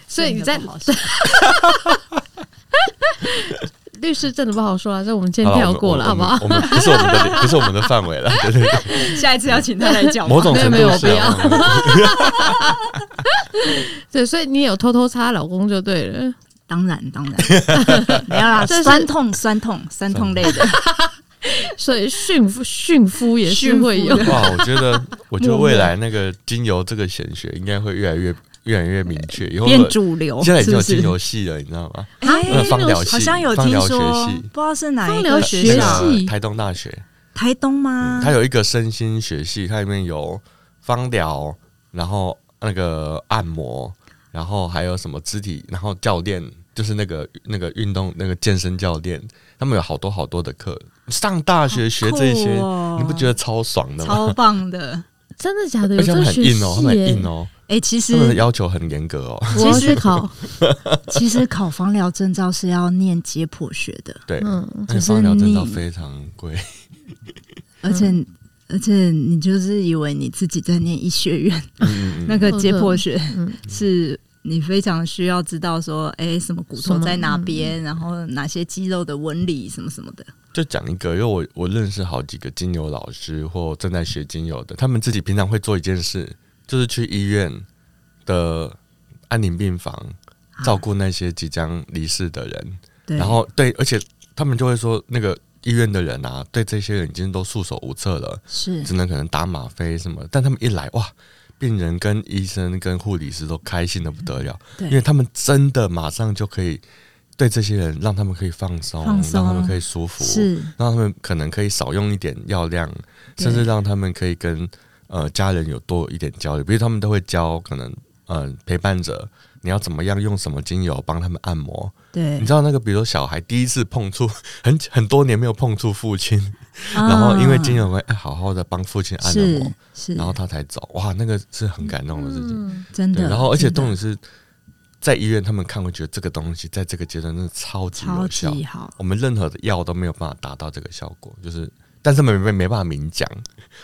S3: 所以你在
S2: 真的不好说
S3: 律师真的不好说啊，这我们先
S1: 好啦
S3: 跳
S1: 我们
S3: 过了，好
S1: 我
S3: 不
S1: 们
S3: 好？
S1: 我们不是我们的， (laughs) 不是我们的范围
S3: (laughs)
S1: 了，对对对，
S2: 下一次要请他来讲吧。
S1: 某种程度
S3: 没有
S1: 是啊
S3: 没对，所以你有偷偷擦老公就对了。
S2: 当然当然 (laughs) 没有啦，
S3: 这是
S2: 酸痛酸痛酸痛类的。
S3: 所以驯夫驯夫也是
S2: 驯
S3: 会
S2: 夫
S3: 有，
S1: 哇，我觉
S3: (laughs)
S1: 得，我觉得未来那个精油这个显学应该会越来越越来越明确，以后
S2: 变主流，
S1: 现在已经有
S2: 是不
S1: 精
S2: 是
S1: 油系了，你知道吗？
S2: 哎
S1: 那个芳疗系，
S2: 好像有
S1: 芳
S2: 听
S1: 疗学
S2: 说，
S1: 系，
S2: 不知道是哪一
S3: 芳疗
S2: 个
S3: 学
S2: 学
S3: 系
S1: 那
S2: 校，
S1: 个台东大学，
S2: 台东吗？
S1: 它有一个身心学系，它里面有芳疗，然后那个按摩，然后还有什么肢体，然后教练就是那个那个运动那个健身教练，他们有好多好多的课。上大学学这些，
S2: 酷哦
S1: 你不觉得超爽的吗？
S2: 超棒的。
S3: 真的假的？有
S1: 而
S3: 这
S1: 且他
S3: 个
S1: 们很
S3: 学
S1: 硬哦，他
S3: 系
S1: 们很
S3: 耶、
S1: 硬哦，
S2: 哎，其
S1: 他们的
S2: 实
S1: 要求很严格哦。
S3: 我要
S2: 其
S3: 去
S2: 实
S3: 考，
S2: 其实考房疗证照是要念解剖学的，
S1: (laughs) 对，
S3: 嗯，
S1: 那个
S2: 就是
S1: 芳疗证照
S2: 你
S1: 非常
S2: (laughs)
S1: 贵， (laughs)
S2: 而且而且你就是以为你自己在念医学院， (laughs)
S1: 嗯嗯嗯
S2: 那个解剖学
S3: 嗯
S2: (laughs) 是你非常需要知道说，哎、什么骨头在哪边，然后哪些肌肉的纹理什么什么的。
S1: 就讲一个，因为我我认识好几个精油老师或正在学精油的，他们自己平常会做一件事，就是去医院的安宁病房
S2: 啊
S1: 照顾那些即将离世的人，
S2: 对，
S1: 然后对，而且他们就会说，那个医院的人啊，对这些人已经都束手无策了，
S2: 是
S1: 只能可能打吗啡什么的，但他们一来哇。病人跟医生跟护理师都开心的不得了，
S2: 对
S1: 因为他们真的马上就可以对这些人，让他们可以放松，
S2: 放松
S1: 让他们可以舒服，
S2: 是
S1: 让他们可能可以少用一点药量，
S2: 对
S1: 甚至让他们可以跟呃家人有多一点交流。比如他们都会教可能呃陪伴者你要怎么样用什么精油帮他们按摩。
S2: 对
S1: (laughs) 你，知道那个，比如小孩第一次碰触 (laughs) 很很多年没有碰触父亲，
S2: 啊
S1: 然后因为精油会、哎、好好的帮父亲按了摩
S2: 是，是，
S1: 然后他才走。哇，那个是很感动的事情。
S3: 嗯，
S2: 真
S1: 对，
S2: 的，
S1: 然后而且
S2: 真的
S1: 重点是。在医院，他们看会觉得这个东西在这个阶段真的超级
S2: 超
S1: 有效，
S2: 级好，
S1: 我们任何的药都没有办法达到这个效果，就是，但是没没没办法明讲，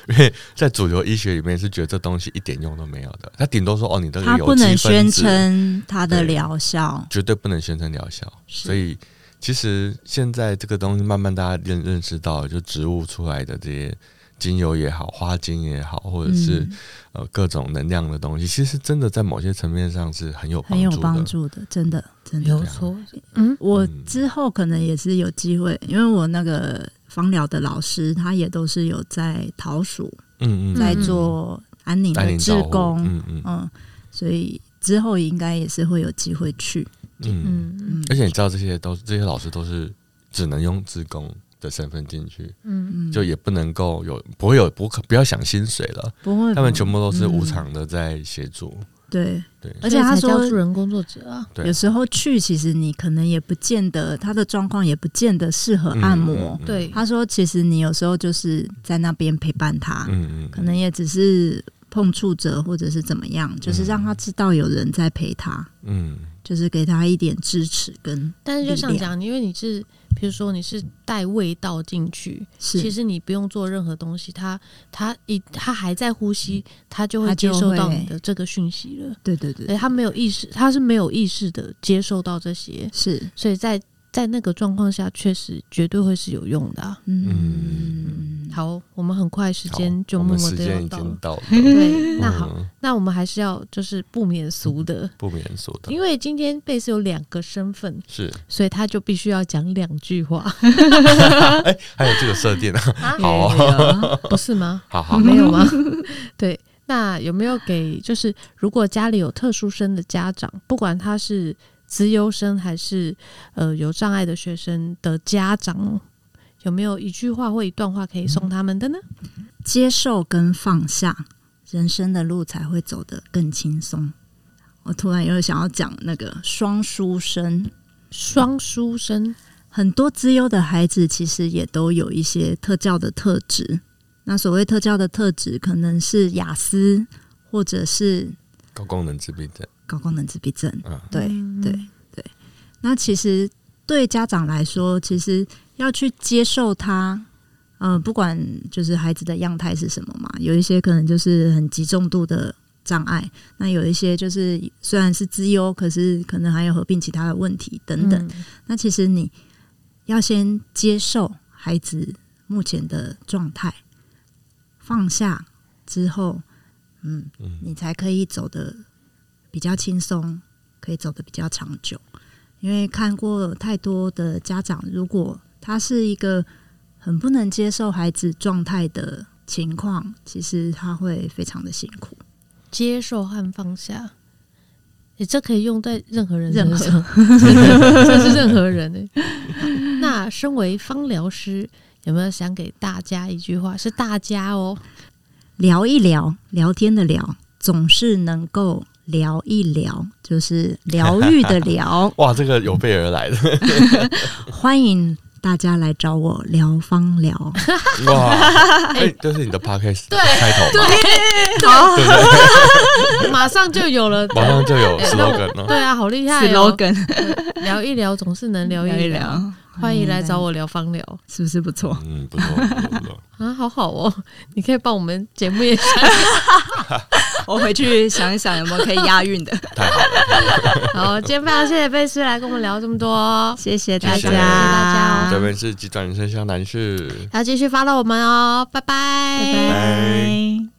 S1: 因为在主流医学里面是觉得这东西一点用都没有的，他顶多说哦，你这个
S2: 他
S1: 有
S2: 不能
S1: 机分
S2: 宣
S1: 子，
S2: 称它的
S1: 对
S2: 疗效，
S1: 绝对不能宣称疗效，
S2: 是
S1: 所以其实现在这个东西慢慢大家认认识到了，就植物出来的这些精油也好，花精也好，或者是、
S2: 嗯、
S1: 呃各种能量的东西，其实真的在某些层面上是很有帮
S2: 很有
S1: 助的，啊
S2: 帮助的，真的真的。
S3: 有错，嗯，
S2: 我
S1: 嗯
S2: 之后可能也是有机会，因为我那个芳疗的老师，他也都是有在桃鼠
S1: 嗯嗯，
S2: 在
S1: 嗯
S2: 做安宁
S1: 安
S2: 的
S1: 宁
S2: 志
S1: 照护
S2: 工，
S1: 嗯嗯
S2: 嗯，所以之后应该也是会有机会去，
S1: 嗯嗯。
S3: 嗯
S2: 嗯
S1: 而且你知道这些都这些老师都是只能用自工的身份进去，
S3: 嗯
S2: 嗯，
S1: 就也不能够有不会有不可不要想薪水了，
S2: 不会，
S1: 他们全部都是
S2: 嗯
S1: 无偿的在协助。
S2: 对，
S1: 对，
S2: 而且他
S3: 所以才叫
S2: 说
S3: 助人工作者啊，
S1: 对
S2: 有时候去，其实你可能也不见得他的状况也不见得适合按摩。
S1: 嗯
S3: 对，
S2: 他说，其实你有时候就是在那边陪伴他，
S1: 嗯嗯，
S2: 可能也只是碰触者或者是怎么样，就是让他知道有人在陪他，
S1: 嗯
S2: 就是给他一点支持跟
S3: 但是就像
S2: 力量
S3: 讲，因为你是，比如说你是带味道进去，
S2: 是
S3: 其实你不用做任何东西，它它一它还在呼吸，
S1: 嗯
S3: 它就会
S2: 它就
S3: 接
S2: 会
S3: 收到你的这个讯息了。
S2: 对对对，
S3: 对，它没有意识，它是没有意识的接收到这些，
S2: 是
S3: 所以在在那个状况下，确实绝对会是有用的啊、
S2: 嗯，
S3: 好，哦我们很快时
S1: 好
S3: 间就
S1: 我
S3: 默
S1: 们
S3: 默
S1: 时
S3: 的
S1: 间
S3: 要
S1: 已
S3: 到
S1: (laughs) 经
S3: 了。
S1: 到了，
S3: 对， (laughs) 那好，
S1: 嗯，
S3: 那我们还是要就是不免俗的，
S1: 不免说的
S3: 因为今天贝斯有两个身份，
S1: 是，
S3: 所以他就必须要讲两句话。
S2: (laughs)
S1: 哎，还有这个设定啊， (laughs)
S3: 嗯
S1: 好啊
S2: 啊，
S3: 不是吗？
S1: 好好，
S3: 没有吗？ (laughs) 对，那有没有给就是如果家里有特殊生的家长，不管他是资优生还是呃有障碍的学生的家长，有没有一句话或一段话可以
S2: 嗯
S3: 送他们的呢？
S2: (laughs) 接受跟放下，人生的路才会走得更轻松。我突然又想要讲那个双书生，
S3: 双书生，
S2: 很多资优的孩子其实也都有一些特教的特质。那所谓特教的特质，可能是雅思，或者是
S1: 高功能自闭症，
S2: 高功能自闭症。
S1: 嗯
S2: 对
S3: 嗯
S2: 对对。那其实对家长来说，其实要去接受他，嗯、不管就是孩子的样态是什么嘛，有一些可能就是很极重度的障碍，那有一些就是虽然是资优，可是可能还有合并其他的问题等等。
S3: 嗯
S2: 那其实你要先接受孩子目前的状态，放下之后，嗯，
S1: 嗯。
S2: 你才可以走得比较轻松，可以走得比较长久。因为看过太多的家长，如果他是一个很不能接受孩子状态的情况，其实他会非常的辛苦。
S3: 接受和放下。你这可以用在任何人
S2: 任
S3: 身
S2: 何
S3: 上， (laughs) 这是任何人、欸。那身为芳疗师，有没有想给大家一句话？是大家 (laughs) 哦，
S2: 聊一聊，聊天的聊，总是能够聊一聊，就是疗愈的聊 (laughs)
S1: 哇，这个有备而
S3: (laughs)
S1: 来的，
S2: 欢迎大家来找我聊芳 (laughs) 疗。
S1: 哇，哎，这是你的 podcast
S3: 对
S1: 开
S3: (laughs)
S1: 头嘛，
S3: 对， (laughs) 马上就有了。
S1: 马上就有
S3: 哎
S1: slogan 了，
S3: 对啊，好厉害、哦！聊一聊总是能聊一聊，欢迎来找，我聊芳疗
S2: 是不是不错？
S1: 嗯，不
S3: 嗯
S1: 错不错不错。
S3: (laughs) 啊，好好哦，你可以帮我们节目也
S2: (laughs) 我回回去想一想有没有可以押韵的。
S1: 太好了，
S3: 好，今天非常谢谢贝斯来跟我们聊这么多，
S2: 谢谢大
S1: 谢
S2: 家，
S1: 谢
S3: 大
S1: 这边是急转人生湘南市。
S3: 要继续 follow 我们哦，拜拜
S2: 拜拜。